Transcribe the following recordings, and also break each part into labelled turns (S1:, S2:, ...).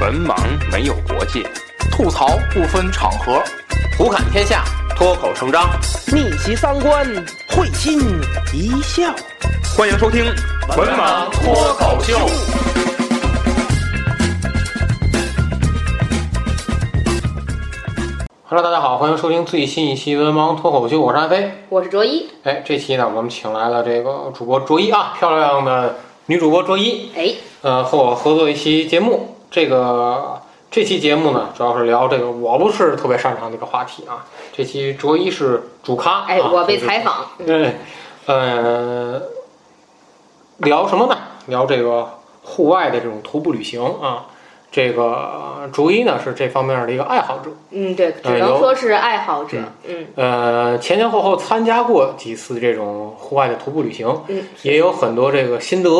S1: 文盲没有国界，吐槽不分场合，胡侃天下，脱口成章。
S2: 逆袭三观，会心一笑。
S1: 欢迎收听《文盲脱口秀》。
S3: Hello，大家好，欢迎收听最新一期《文盲脱口秀》，我是安飞。
S4: 我是卓一，
S3: 哎，这期呢，我们请来了这个主播卓一啊，漂亮的女主播卓一，
S4: 哎，
S3: 呃，和我合作一期节目。这个这期节目呢，主要是聊这个我不是特别擅长这个话题啊。这期卓一是主咖，
S4: 哎，
S3: 啊
S4: 我被采。访，嗯
S3: 对，呃，聊什么呢？聊这个户外的这种徒步旅行啊。这个呃卓一呢是这方面的一个爱好者。
S4: 嗯，对，只
S3: 哎
S4: 能
S3: 有
S4: 说是爱好者，嗯
S3: 呃，前前后后参加过几次这种户外的徒步旅行，
S4: 嗯，
S3: 也有很多这个心得，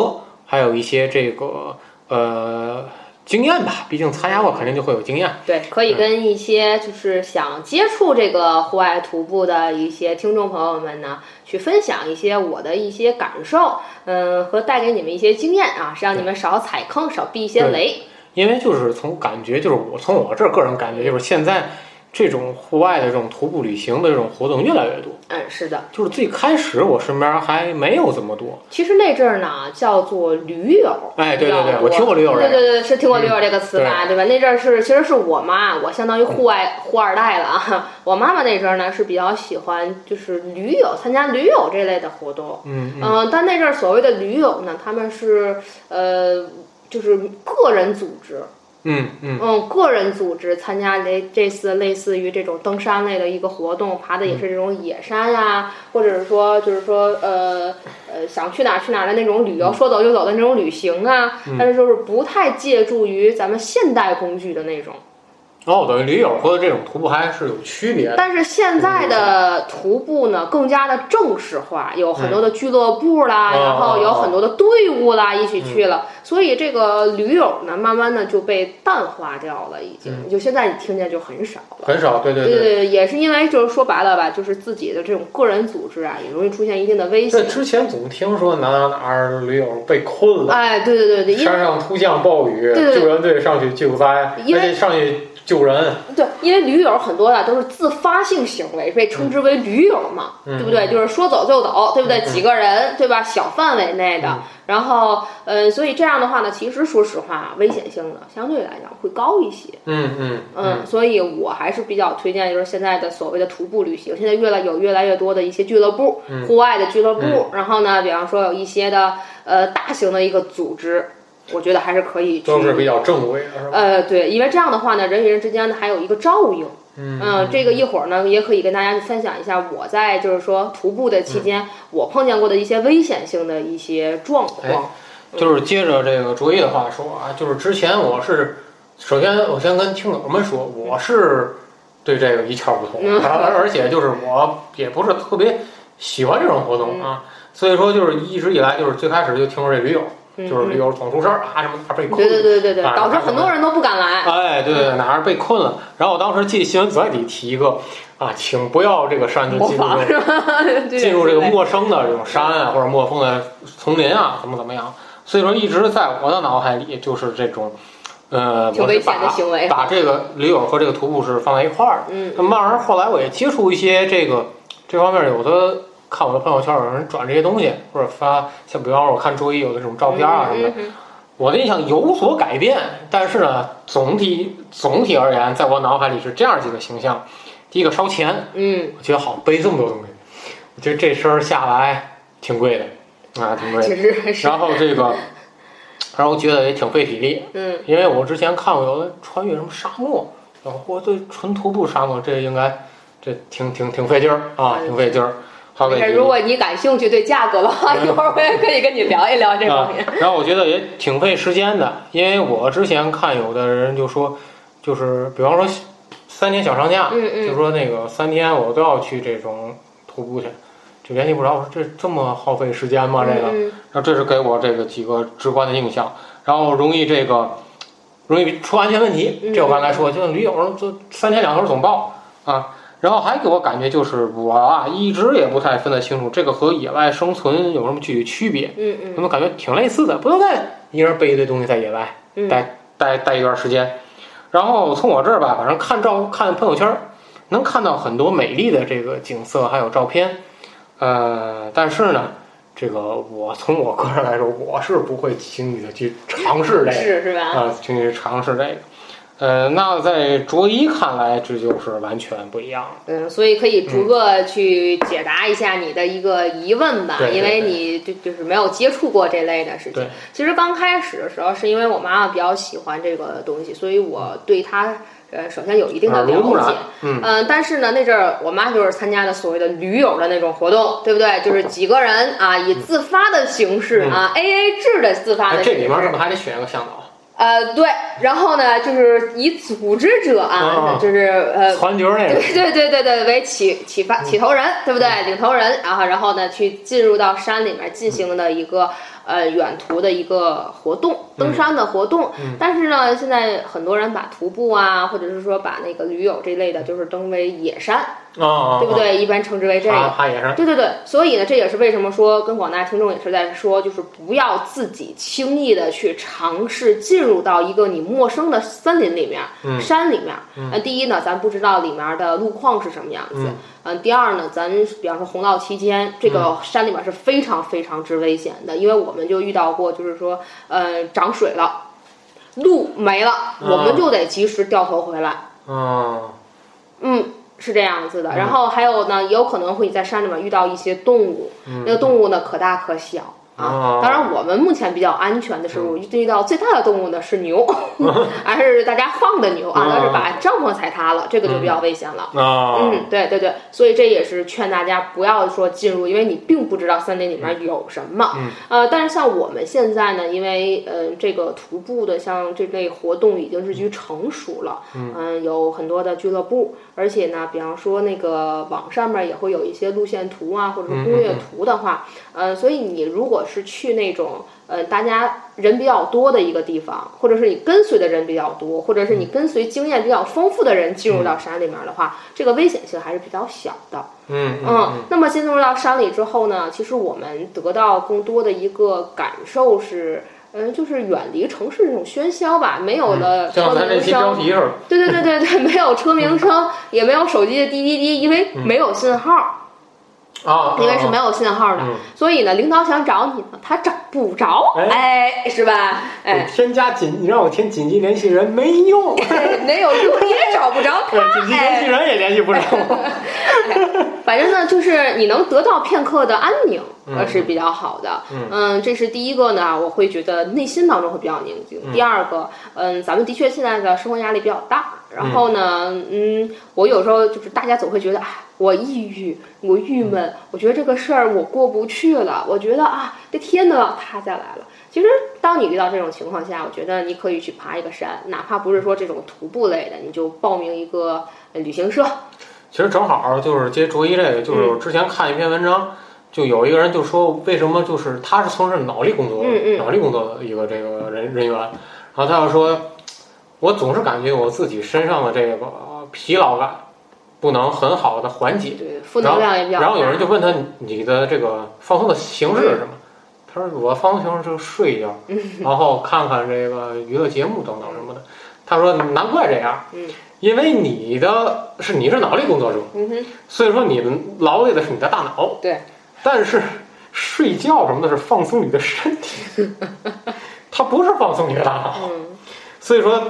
S3: 还有一些这个呃经验吧。毕竟参加过，肯定就会有经验。
S4: 嗯对，可
S3: 嗯
S4: 以跟一些就是想接触这个户外徒步的一些听众朋友们呢，去分享一些我的一些感受，嗯，和带给你们一些经验啊，是让你们少踩坑，少避一些雷，
S3: 因为就是从感觉，就是我从我这儿个人感觉，就是现在这种户外的这种徒步旅行的这种活动越来越多。
S4: 嗯，是的，
S3: 就是最开始我身边还没有这么多，
S4: 其实那阵儿呢叫做驴友，
S3: 哎对
S4: 你知道
S3: 对对
S4: 吗
S3: 我听过驴友
S4: 对
S3: 这个嗯
S4: 对对，对是听过驴友这个词吧，对吧？那阵儿是其实是我妈，我相当
S3: 嗯
S4: 于户外户二代了啊。 我妈妈那阵儿呢是比较喜欢就是驴友参加驴友这类的活动，
S3: 嗯嗯，
S4: 嗯、但那阵儿所谓的驴友呢，他们是呃就是个人组织，
S3: 嗯嗯，
S4: 嗯，个人组织参加这这次类似于这种登山类的一个活动，爬的也是这种野山呀、或者是说就是说呃呃想去哪儿去哪儿的那种旅游，说走就走的那种旅行啊，但是就是不太借助于咱们现代工具的那种。
S3: 哦，等于驴友和这种徒步还是有区别的。
S4: 但是现在的徒步呢，更加的正式化，有很多的俱乐部啦，
S3: 嗯
S4: 然后有很多的队伍啦，一起去了，所以这个驴友呢，慢慢的就被淡化掉了，已经，就现在你听见就很少了。
S3: 很少，对对
S4: 对对，呃也是因为就是说白了吧，就是自己的这种个人组织啊，也容易出现一定的危
S3: 这
S4: 险。
S3: 之前总听说哪哪哪儿驴友被困了，
S4: 哎，对对对对，因
S3: 山
S4: 为
S3: 上突降暴雨，
S4: 对对
S3: 救援队上去救灾，
S4: 因为
S3: 那得上去救人。
S4: 对，因为驴友很多啊都是自发性行为，被称之为驴友嘛，
S3: 嗯
S4: 对不对？就是说走就走，对不对？几个人，对吧？小范围内的，
S3: 嗯
S4: 然后呃，所以这样的话呢，其实说实话，危险性呢相对来讲会高一些。
S3: 嗯嗯
S4: 嗯，所以我还是比较推荐，就是现在的所谓的徒步旅行，现在越来有越来越多的一些俱乐部，
S3: 嗯
S4: 户外的俱乐部，然后呢，比方说有一些的呃大型的一个组织，我觉得还是可以去。
S3: 都是比较正规的，是吧？
S4: 呃，对，因为这样的话呢，人与人之间呢还有一个照应。呃
S3: 嗯
S4: 这个一会儿呢也可以跟大家分享一下，我在就是说徒步的期
S3: 嗯
S4: 间，我碰见过的一些危险性的一些状
S3: 哎
S4: 况。
S3: 就是接着这个卓一的话说啊，就是之前我是，首先我先跟听友们说，我是对这个一窍不通，
S4: 嗯
S3: 而而且就是我也不是特别喜欢这种活动啊，所以说就是一直以来就是最开始就听说这驴友，
S4: 嗯
S3: 就是驴友总出事儿啊，什么哪儿被困
S4: 对对对对对，
S3: 啊
S4: 导致很多人都不敢来。
S3: 哎，对对对，哪儿被困了？然后我当时记新闻组还得提一个啊，请不要这个山就
S4: 模
S3: 进入
S4: 仿是吧？ 对
S3: 进入这个
S4: 对
S3: 陌生的这种山啊，或者陌生的丛林啊，怎么怎么样？所以说，一直在我的脑海里就是这种，呃，
S4: 挺
S3: 我是
S4: 危险的
S3: 把
S4: 行为
S3: 把这个驴友和这个徒步是放在一块儿的。
S4: 嗯，
S3: 那慢慢后来我也接触一些这个这方面，有的看我的朋友圈有人转这些东西，或者发像比方说我看周一有的这种照片啊什么的，
S4: 嗯嗯嗯
S3: 我的印象有所改变，但是呢，总体总体而言，在我脑海里是这样几个形象：第一个烧钱，
S4: 嗯，
S3: 我觉得好背这么多东西，我觉得这身儿下来挺贵的啊，挺贵的。
S4: 其实是，
S3: 然后这个，然后我觉得也挺费体力，
S4: 嗯，
S3: 因为我之前看过有的穿越什么沙漠，然后我对纯徒步沙漠，这应该这挺挺挺费劲儿啊，
S4: 哎
S3: 挺费劲儿，啊好费
S4: 但
S3: 体力
S4: 是如。果你感兴趣对价格的话，
S3: 嗯
S4: 一会儿我也可以跟你聊一聊这方面。
S3: 啊。然后我觉得也挺费时间的，因为我之前看有的人就说，就是比方说三天小长假，
S4: 嗯嗯
S3: 啊就说那个三天我都要去这种徒步去，就联系不着。我说这这么耗费时间吗？这个，
S4: 嗯
S3: 然后这是给我这个几个直观的印象，然后容易这个容易出安全问题，
S4: 嗯
S3: 这我刚才说，就驴友就三天两头总报啊。然后还给我感觉就是我啊，一直也不太分得清楚这个和野外生存有什么具体区别。
S4: 嗯嗯
S3: 怎么感觉挺类似的？不都在一人背一堆东西在野外
S4: 嗯，
S3: 待、待待一段时间。然后从我这儿吧，反正看照看朋友圈儿，能看到很多美丽的这个景色还有照片，呃，但是呢，这个我从我个人来说，我是不会轻易的去尝试这个。
S4: 是是吧？
S3: 啊，去尝试这个。呃，那在卓一看来，这就是完全不一样了。
S4: 嗯，所以可以逐个去解答一下你的一个疑问吧，
S3: 对对
S4: 因为你就就是没有接触过这类的事情
S3: 对。
S4: 其实刚开始的时候，是因为我妈妈比较喜欢这个东西，所以我对它呃首先有一定的
S3: 耳濡
S4: 了
S3: 目染
S4: 解。，
S3: 嗯，
S4: 嗯，但是呢，那阵儿我妈就是参加的所谓的驴友的那种活动，对不对？就是几个人啊，以自发的形式啊、a
S3: 嗯
S4: A 制的自发
S3: 哎，
S4: 的
S3: 这
S4: 形
S3: 里
S4: 式。
S3: 面是不是还得选一个向导？
S4: 呃，对，然后呢，就是以组织者啊，
S3: 啊
S4: 就是呃，
S3: 团局那个，
S4: 对对对对对，为起起发起头人，对不对？
S3: 嗯
S4: 领头人，然后然后呢，去进入到山里面进行的一个呃远途的一个活动，登山的活动。
S3: 嗯
S4: 但是呢，现在很多人把徒步啊，或者是说把那个驴友这类的，就是登为野山，
S3: 啊啊，
S4: 对不对？一般称之为这
S3: 爬
S4: 个。
S3: 爬野山，
S4: 对对对，所以呢，这也是为什么说跟广大听众也是在说，就是不要自己轻易的去尝试进入到一个你陌生的森林里面、
S3: 嗯
S4: 山里面。
S3: 嗯
S4: 那第一呢，咱不知道里面的路况是什么样子。
S3: 嗯
S4: 嗯，第二呢，咱比方说红涝期间，这个山里面是非常非常之危险的，因为我们就遇到过，就是说，呃，涨水了，路没了，我
S3: 啊
S4: 们就得及时掉头回来。
S3: 嗯
S4: 嗯，是这样子的。
S3: 嗯
S4: 然后还有呢，也有可能会在山里面遇到一些动物，
S3: 嗯
S4: 那个动物呢可大可小
S3: 哦嗯
S4: 啊。当然，我们目前比较安全的时候，遇到最大的动物呢 是牛，还是大家放的牛啊
S3: 哦？
S4: 但是把帐篷踩塌了，这个就比较危险了。
S3: 啊
S4: 嗯，对对对，所以这也是劝大家不要说进入，因为你并不知道森林里面有什么。
S3: 嗯
S4: 呃，但是像我们现在呢，因为呃这个徒步的像这类活动已经日趋成熟了，
S3: 嗯
S4: 嗯、有很多的俱乐部，而且呢，比方说那个网上面也会有一些路线图啊，
S3: 嗯
S4: 或者是攻略图的话，呃，所以你如果是去那种呃大家人比较多的一个地方，或者是你跟随的人比较多，或者
S3: 嗯
S4: 是你跟随经验比较丰富的人进入到山里面的话，这个危险性还是比较小的。
S3: 嗯
S4: 嗯，那么进入到山里之后呢，其实我们得到更多的一个感受是。嗯，就是远离城市这种喧嚣吧，没有了
S3: 就
S4: 车
S3: 嗯像咱这
S4: 鸣
S3: 期
S4: 声，
S3: 标题似的，
S4: 对对对对对，没有车鸣声，也没有手机的滴滴滴，因为没有信号，
S3: 啊，
S4: 因为是没有信号的，
S3: 嗯
S4: 所以呢，领导想找你呢，他找不着，哎，是吧？哎，
S3: 添加紧，你让我添紧急联系人没 用，
S4: 没有路你也找不着他，
S3: 紧急联系
S4: 哎，
S3: 人也联系不上我。
S4: 反正呢，就是你能得到片刻的安宁，呃，
S3: 嗯
S4: 是比较好的。
S3: 嗯
S4: 这是第一个呢，我会觉得内心当中会比较宁静。第二个，嗯，咱们的确现在的生活压力比较大，然后呢，嗯，我有时候就是大家总会觉得，哎，我抑郁，我郁
S3: 嗯
S4: 闷，我觉得这个事儿我过不去了，我觉得啊，这天都要塌下来了。其实，当你遇到这种情况下，我觉得你可以去爬一个山，哪怕不是说这种徒步类的，你就报名一个呃旅行社，
S3: 其实正好就是接卓一这个，
S4: 嗯
S3: 就是我之前看一篇文章，就有一个人就说为什么就是他是从事脑力工作的，
S4: 嗯嗯
S3: 脑力工作的一个这个人人员，然后他又说，我总是感觉我自己身上的这个疲劳感不能很好的缓解，
S4: 对，负能量也比较大。
S3: 然后有人就问他你的这个放松的形式是什么？
S4: 嗯
S3: 他说我放松形式就是睡一 觉，然后看看这个娱乐节目等等什么的。他说难怪这样，
S4: 嗯
S3: 因为你的是你是脑力工作者，
S4: 嗯哼，
S3: 所以说你劳累的是你的大脑，
S4: 对，
S3: 但是睡觉什么的是放松你的身体， 它不是放松你的大脑。
S4: 嗯
S3: 所以说，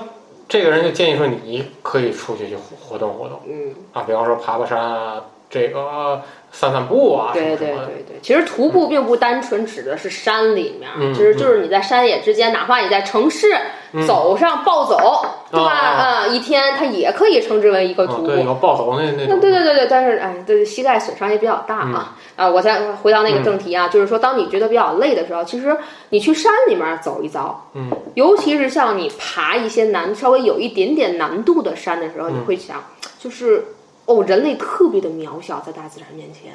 S3: 这个人就建议说，你可以出去去活动活动
S4: 嗯，
S3: 啊，比方说爬爬山啊，这个散散步啊，
S4: 对
S3: 什
S4: 对
S3: 么什么的。
S4: 对对，其实徒步并不单纯指的是山里面，啊
S3: 嗯
S4: 其实就是你在山野之间，哪怕你在城市
S3: 嗯
S4: 走上暴走，对吧？
S3: 啊
S4: 嗯，一天它也可以称之为一个
S3: 啊，
S4: 徒步。
S3: 对，有暴走那那
S4: 那
S3: 种，嗯
S4: 对对对对，但是哎，对膝盖损伤也比较大啊、啊！我再回到那个正题啊，就是说，当你觉得比较累的时候，其实你去山里面走一遭，
S3: 嗯，
S4: 尤其是像你爬一些难、稍微有一点点难度的山的时候，
S3: 嗯
S4: 你会想，就是哦，人类特别的渺小，在大自然面前。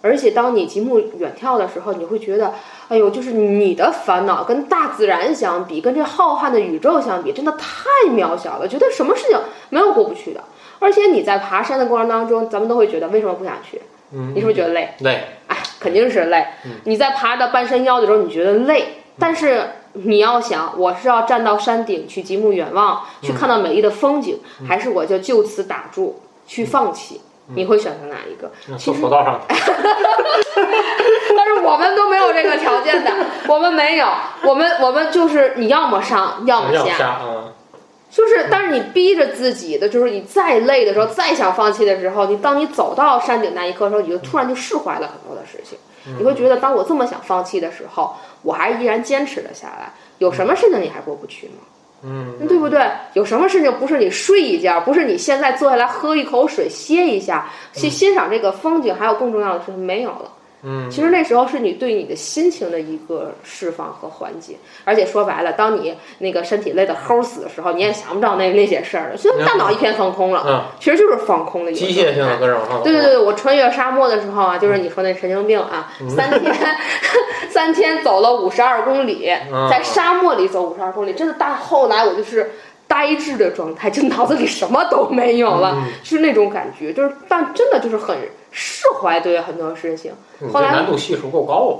S4: 而且当你极目远眺的时候，你会觉得，哎呦，就是你的烦恼跟大自然相比，跟这浩瀚的宇宙相比，真的太渺小了。觉得什么事情没有过不去的。而且你在爬山的过程当中，咱们都会觉得为什么不想去？
S3: 嗯，
S4: 你是不是觉得累？
S3: 累？
S4: 嗯哎，肯定是累。你在爬到半山腰的时候，你觉得累，但是你要想我是要站到山顶去极目远望，去看到美丽的风景，还是我就就此打住去放弃？你会选择哪一个？
S3: 坐索道上去，
S4: 但是我们都没有这个条件的，我们没有，我们我们就是你要么上，要么
S3: 要
S4: 下，
S3: 下啊，
S4: 就是，但是你逼着自己的，就是你再累的时候，再想放弃的时候，你当你走到山顶那一刻的时候，你就突然就释怀了很多的事情。你会觉得，当我这么想放弃的时候，我还依然坚持了下来。有什么事情你还过不去吗？
S3: 嗯，
S4: 对不对？有什么事情不是你睡一觉，不是你现在坐下来喝一口水歇一下，去欣赏这个风景，还有更重要的是没有了。
S3: 嗯，
S4: 其实那时候是你对你的心情的一个释放和缓解，而且说白了，当你那个身体累得齁死的时候，你也想不着那那些事儿了，所以大脑一片放空了，
S3: 嗯，
S4: 其实就是放空的一个
S3: 机械性的
S4: 状态。
S3: 各种哈，
S4: 对对对，对我穿越沙漠的时候啊，就是你说那神经病啊，
S3: 嗯
S4: 三天 三天走了五十二公里，
S3: 嗯
S4: 在沙漠里走五十二公里，真的到后来我就是呆滞的状态，就脑子里什么都没
S3: 嗯
S4: 有了，就是那种感觉，就是但真的就是很释怀对于很多事情。
S3: 你
S4: 后
S3: 这
S4: 来
S3: 嗯难度系数够高，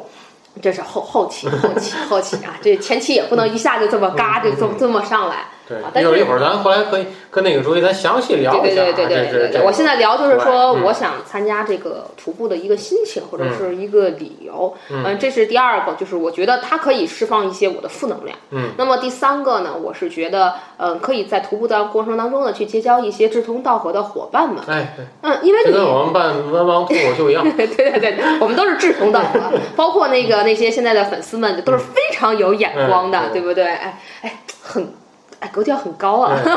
S4: 这是后后期后期后期啊，这前期也不能一下就这么嘎就这么这么上来。
S3: 对
S4: 啊，
S3: 一
S4: 但
S3: 会儿
S4: 是
S3: 一会儿咱后来可以跟那个朱一咱详细聊
S4: 对
S3: 一下啊，
S4: 对对对对
S3: 这
S4: 对
S3: 这
S4: 对，
S3: 这，
S4: 我现在聊就是说，
S3: 对嗯
S4: 我想参加这个徒步的一个心情或者是一个理由。
S3: 嗯
S4: 嗯，这是第二个，就是我觉得它可以释放一些我的负能量。
S3: 嗯，
S4: 那么第三个呢，我是觉得，嗯，可以在徒步的过程当中呢，去结交一些志同道合的伙伴们。
S3: 哎，对
S4: 嗯，因为
S3: 这
S4: 你
S3: 跟我们办文王脱口秀一 样，
S4: 对对对，我们都是志同道合，包括那个那些现在的粉丝们都是非常有眼光的，
S3: 嗯
S4: 对不对？哎哎，很哎格调很高啊，
S3: 哎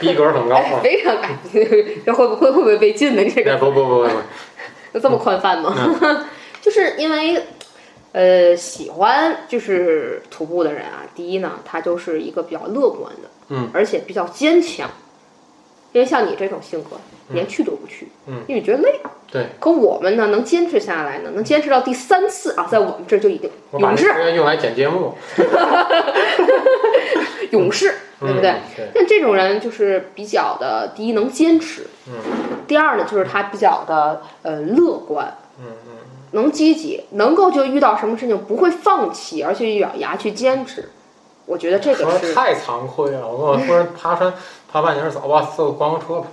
S3: 逼格很高
S4: 哎
S3: 啊，
S4: 非常哎，这会不会会不会被禁呢？这
S3: 哎
S4: 个
S3: 不不不不不，
S4: 有这么宽泛吗？
S3: 嗯
S4: 就是因为。呃，喜欢就是徒步的人啊，第一呢，他就是一个比较乐观的，
S3: 嗯，
S4: 而且比较坚强。因为像你这种性格，连去都不去，
S3: 嗯
S4: 因为你觉得累。
S3: 对，
S4: 可我们呢，能坚持下来呢，能坚持到第三次啊，在我们这儿就已经
S3: 我把
S4: 勇
S3: 这
S4: 士，
S3: 时间用来剪节目，
S4: 勇士，对不对？
S3: 嗯？对，
S4: 像这种人就是比较的，第一能坚持，
S3: 嗯，
S4: 第二呢就是他比较的呃乐观，
S3: 嗯嗯
S4: 能积极，能够就遇到什么事情不会放弃，而且咬牙去坚持。我觉得这
S3: 说
S4: 个
S3: 得
S4: 是，
S3: 太惭愧了，我跟我说爬山爬半年，走吧，坐观光车吧，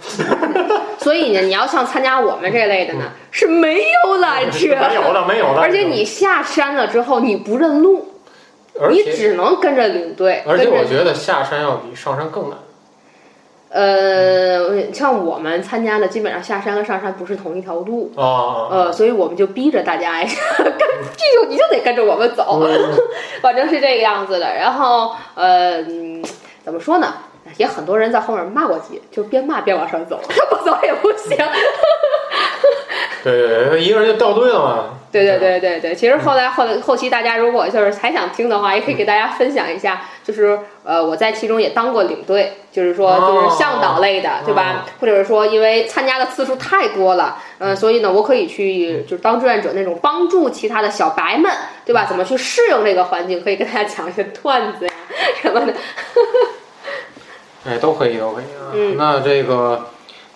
S4: 所以呢，你要像参加我们这类的 呢，是没有缆车，
S3: 没有了没有了，
S4: 而且你下山了之后你不认路，
S3: 而
S4: 你
S3: 且
S4: 只能跟着领队，
S3: 而且
S4: 跟着
S3: 我觉得下山要比上山更难，
S4: 呃，像我们参加的，基本上下山和上山不是同一条路，
S3: 哦，
S4: 呃，所以我们就逼着大家 哎跟，这就你就得跟着我们
S3: 嗯
S4: 走，反正是这个样子的。然后呃，嗯怎么说呢？也很多人在后面骂过街，就边骂边往上走， 不走也不行。
S3: 对对对，一个人就掉队了嘛，
S4: 对对对对对，其实
S3: 嗯
S4: 后来后来后期大家如果就是还想听的话，也可以给大家分享一下，就是呃我在其中也当过领队，就是说
S3: 哦
S4: 就是向导类的，对吧？或者是说因为参加的次数太多了，嗯、所以呢我可以去
S3: 嗯
S4: 就是当志愿者那种帮助其他的小白们，对吧？怎么去适应这个环境，可以跟大家讲一些段子呀什么的。
S3: 哎，都可以，都可以啊。
S4: 嗯
S3: 那这个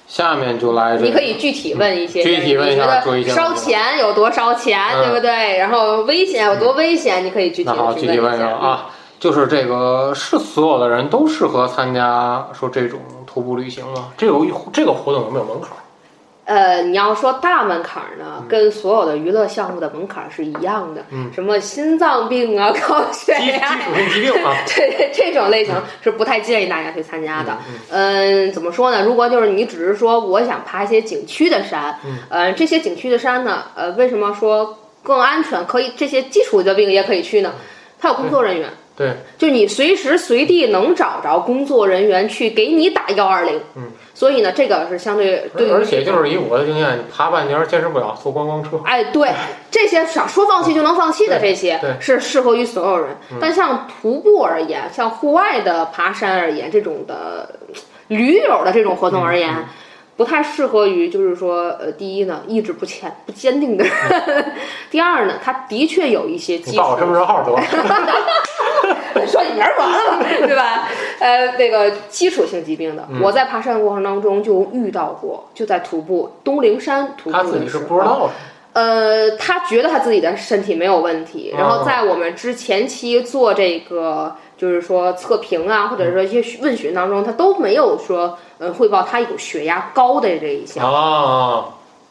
S3: 下面就来这个，
S4: 你可以具体问一些，
S3: 具体问一
S4: 你觉
S3: 下注
S4: 得
S3: 意项目
S4: 烧钱有多烧钱，
S3: 嗯
S4: 对不对？然后危险有多危险，你可以具体
S3: 那
S4: 地
S3: 好，
S4: 去
S3: 具体问
S4: 一
S3: 一下
S4: 下。嗯
S3: 啊，就是这个是所有的人都适合参加说这种徒步旅行吗？这有这个活动有没有门槛？
S4: 呃，你要说大门槛儿呢，跟所有的娱乐项目的门槛儿是一样的，
S3: 嗯
S4: 什么心脏病啊、 高血
S3: 基基
S4: 压，
S3: 础性疾病啊
S4: 这这种类型是不太建议大家去参加的。嗯，怎么说呢？如果就是你只是说我想爬一些景区的山，
S3: 嗯
S4: 呃，这些景区的山呢，呃，为什么说更安全？可以这些基础的病也可以去
S3: 嗯
S4: 呢？它有工作人员，
S3: 对，
S4: 就你随时随地能找着工作人员去给你打幺二零。
S3: 嗯，
S4: 所以呢，这个是相对对于
S3: 而而且就是以我的经验，你爬半截儿坚持不了，坐观光车。
S4: 哎，对，这些想说放弃就能放弃的这些
S3: 对对嗯
S4: 是适合于所有人，但像徒步而言，像户外的爬山而言，这种的呃驴友的这种活动而
S3: 嗯
S4: 言。不太适合于，就是说，呃，第一呢，意志不坚不坚定的人；
S3: 嗯
S4: 第二呢，他的确有一些
S3: 你
S4: 基础
S3: 报我身份证号得了。
S4: 说你名儿完了，对吧？呃，那个基础性疾病的，
S3: 嗯
S4: 我在爬山的过程当中就遇到过，就在徒步东陵山徒 步
S3: 他
S4: 的时候，
S3: 自己是不知道的，
S4: 呃，他觉得他自己的身体没有问题，然后在我们之前期做这个。就是说测评啊，或者说一些问询当中，他都没有说，呃，汇报他有血压高的这一
S3: 哦
S4: 项，
S5: 啊，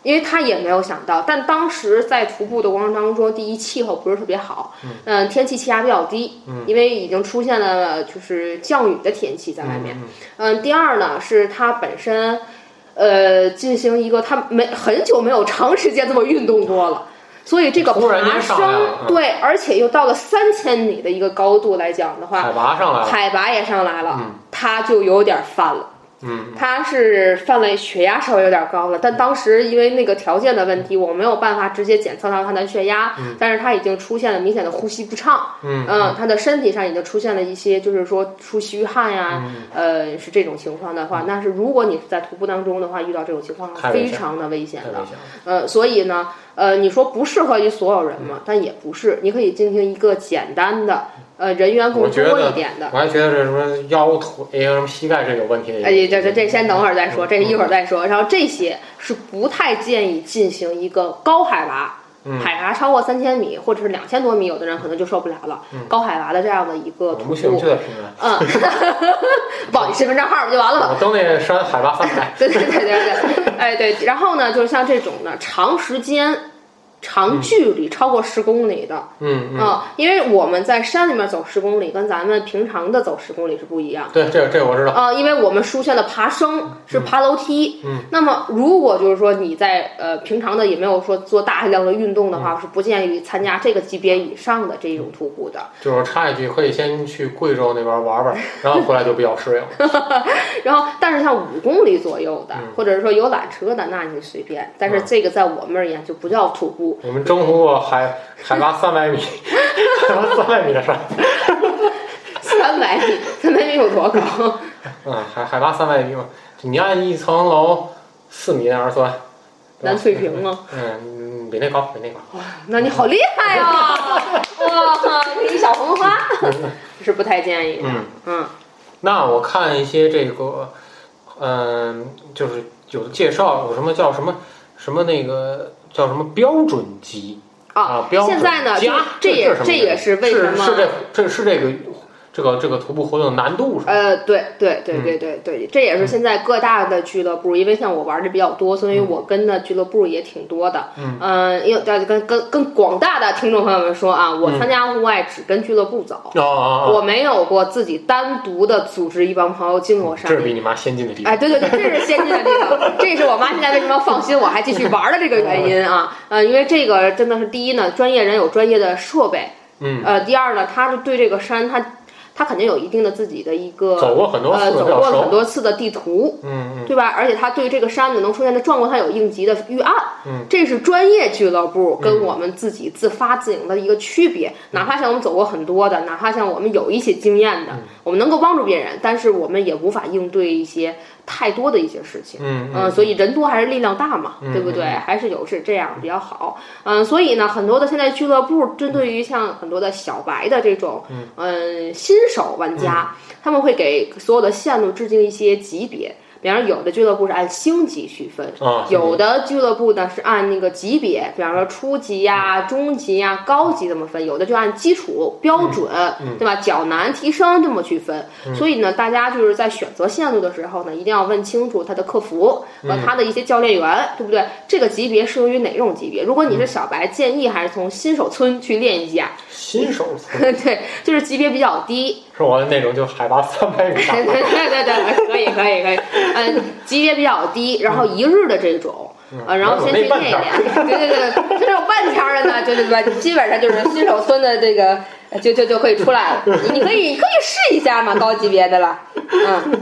S4: 因为他也没有想到。但当时在徒步的过程当中，第一气候不是特别好，嗯，天气气压比较低，因为已经出现了就是降雨的天气在外面。嗯，第二呢是他本身，呃，进行一个他没很久没有长时间这么运动过了。所以这个
S3: 突然间
S4: 爬
S3: 上
S4: 升
S3: 来了嗯，
S4: 对，而且又到了三千米的一个高度来讲的话，
S3: 海拔上来了，
S4: 海拔也上来了，
S3: 啊嗯
S4: 他就有点犯了。
S3: 嗯，
S4: 他是犯了血压稍微有点高了，但当时因为那个条件的问题，我没有办法直接检测到他的血压，但是他已经出现了明显的呼吸不畅，
S3: 嗯
S4: 他的身体上已经出现了一些就是说出虚汗呀、
S3: 嗯
S4: 呃是这种情况的话，那是如果你是在徒步当中的话，遇到这种情况
S3: 太危
S4: 非
S3: 险
S4: 常的危险
S3: 太危
S4: 的，
S3: 险了，
S4: 呃，所以呢，呃，你说不适合于所有人
S3: 嗯
S4: 嘛，但也不是，你可以进行一个简单的，呃，人员
S3: 我
S4: 更
S3: 觉
S4: 多
S3: 得
S4: 一点的
S3: 我。还觉得这什么腰腿啊呀、什么膝盖这有问题的也，
S4: 哎，这这这先等会儿再说，
S3: 嗯
S4: 这一会儿再说。然后这些是不太建议进行一个高海拔，
S3: 嗯
S4: 海拔超过三千米或者是两千多米，有的人可能就受不了了。高海拔的这样的一个
S3: 嗯我
S4: 徒
S3: 不去，我不
S4: 步
S3: 去，再评论。
S4: 嗯，报你身份证号不就完了吗？
S3: 我登那山海拔三百，
S4: 对对对对对，哎对，然后呢，就是像这种的长时间、长距离超过十公里的，
S3: 嗯
S4: 嗯、
S3: 嗯，
S4: 因为我们在山里面走十公里，跟咱们平常的走十公里是不一样的。
S3: 对，这个这个我知道，
S4: 啊、因为我们出现了爬升，是爬楼梯。
S3: 嗯
S4: 那么如果就是说你在呃平常的也没有说做大量的运动的话，
S3: 嗯
S4: 是不建议参加这个级别以上的这种徒步的。
S3: 就是我插一句，可以先去贵州那边玩 玩，然后回来就比较适应了。
S4: 然后，但是像五公里左右的，
S3: 嗯
S4: 或者是说有缆车的，那你就随便。但是
S3: 嗯
S4: 这个在我们而言就不叫徒步，
S3: 我们征服过海海拔三百米，海拔三百米的山，
S4: 三百米，三百米有多 高？
S3: 嗯，海海拔三百米嘛，你按一层楼四米那样算，对吧
S4: 南翠屏吗？
S3: 嗯，比那高，比那高。
S4: 那你好厉害啊！ 哇，你小红花 是不太建议的。
S3: 嗯
S4: 嗯
S3: 那我看一些这个，嗯、就是有的介绍有什么叫什么什么那个叫什么标准级啊，标准
S4: 哦现在呢，就
S3: 加
S4: 这也
S3: 这
S4: 这也
S3: 是
S4: 是为什么
S3: 是这这是这个这个这个徒步活动的难度是吧？
S4: 呃，对对
S3: 嗯
S4: 对对对对，这也是现在各大的俱乐部，因为像我玩的比较多，所以我跟的俱乐部也挺多的。
S3: 嗯
S4: 嗯，因为大家跟跟跟广大的听众朋友们说啊，我参加户外只跟俱乐部走，
S3: 哦哦
S4: 呃
S3: 嗯
S4: 我
S3: 哦，
S4: 没有过自己单独的组织一帮朋友进过山
S3: 这是
S4: 里
S3: 比你妈先进的地方。
S4: 哎，对对对，这是先进的地方，这也是我妈现在为什么放心我还继续玩儿的这个原因啊。呃，因为这个真的是第一呢，专业人有专业的设备，
S3: 嗯，
S4: 呃，第二呢，他是对这个山，他他肯定有一定的自己的一个
S3: 走过很多
S4: 呃
S3: 次，
S4: 走
S3: 比较
S4: 过很
S3: 熟。
S4: 多次的地图，
S3: 嗯嗯
S4: 对吧？而且他对这个山的能出现的状况，他有应急的预案。
S3: 嗯，
S4: 这是专业俱乐部跟我们自己自发自营的一个区
S3: 嗯
S4: 别。哪怕像我们走过很多的，哪怕像我们有一些经验
S3: 嗯
S4: 的，我们能够帮助别人，但是我们也无法应对一些太多的一些事情。
S3: 嗯
S4: 嗯，所以人多还是力量大嘛，对不对？还是有是这样比较好。嗯，所以呢，很多的现在俱乐部针对于像很多的小白的这种，嗯，新手玩家，他们会给所有的线路制定一些级别。比方说，有的俱乐部是按星级区分，
S3: 啊星级
S4: 有的俱乐部呢是按那个级别，比方说初级呀、
S3: 嗯
S4: 中级呀、高级这么分，有的就按基础标准，
S3: 嗯
S4: 对吧？较难、提升这么去分。所以呢，大家就是在选择线路的时候呢，一定要问清楚他的客服
S3: 嗯
S4: 和他的一些教练员，对不对？这个级别适用于哪种级别？如果你是小白，建议还是从新手村去练一下，
S3: 新手村
S4: 对，就是级别比较低，
S3: 是我那种就海拔三百米
S4: 对
S3: 的。
S4: 对对对对，可以可以可以，嗯，级别比较低，然后一日的这种。啊，然后先去练一练，对对对，就这种半天儿的呢，对对对，基本上就是新手村的这个，呃就就就可以出来了。你可以可以试一下嘛，高级别的了，嗯，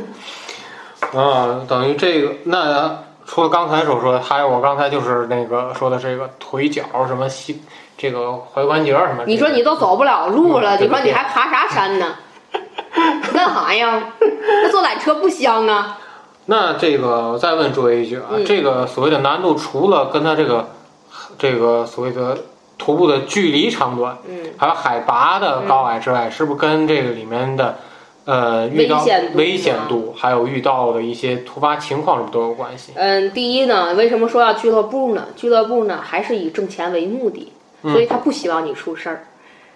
S3: 啊，等于这个那除了刚才所说的，还有我刚才就是那个说的这个腿脚什么膝，这个踝关节儿什么。
S4: 你说你都走不了路了，
S3: 嗯
S4: 你说你还爬啥山呢？干啥呀？那坐缆车不香啊？
S3: 那这个我再问诸位一句啊，
S4: 嗯
S3: 这个所谓的难度，除了跟它这个这个所谓的徒步的距离长短，
S4: 嗯，
S3: 还有海拔的高矮之外，是不是跟这个里面的呃遇到
S4: 危险度啊
S3: 危险度，还有遇到的一些突发情况什么都有关系。
S4: 嗯，第一呢，为什么说要俱乐部呢？俱乐部呢还是以挣钱为目的，所以他不希望你出事儿。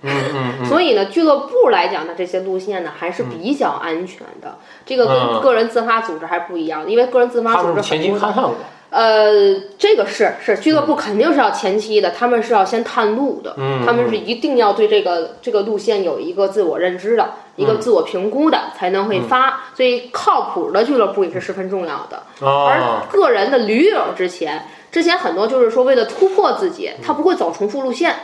S3: 嗯嗯嗯，
S4: 所以呢，俱乐部来讲呢，这些路线呢还是比较安全的。这个
S3: 嗯
S4: 跟个人自发组织还不一样，因为个人自发
S3: 他
S4: 组
S3: 们
S4: 织
S3: 是前期
S4: 很多
S3: 勘探过，
S4: 呃，这个是是俱乐部肯定是要前期的，他们是要先探路的，
S3: 嗯
S4: 他们是一定要对这个这个路线有一个自我认知的，一
S3: 嗯
S4: 个自我评估的，才能会发。所以靠谱的俱乐部也是十分重要的。而
S3: 哦，
S4: 个人的驴友之前，之前很多就是说为了突破自己，他不会走重复路线，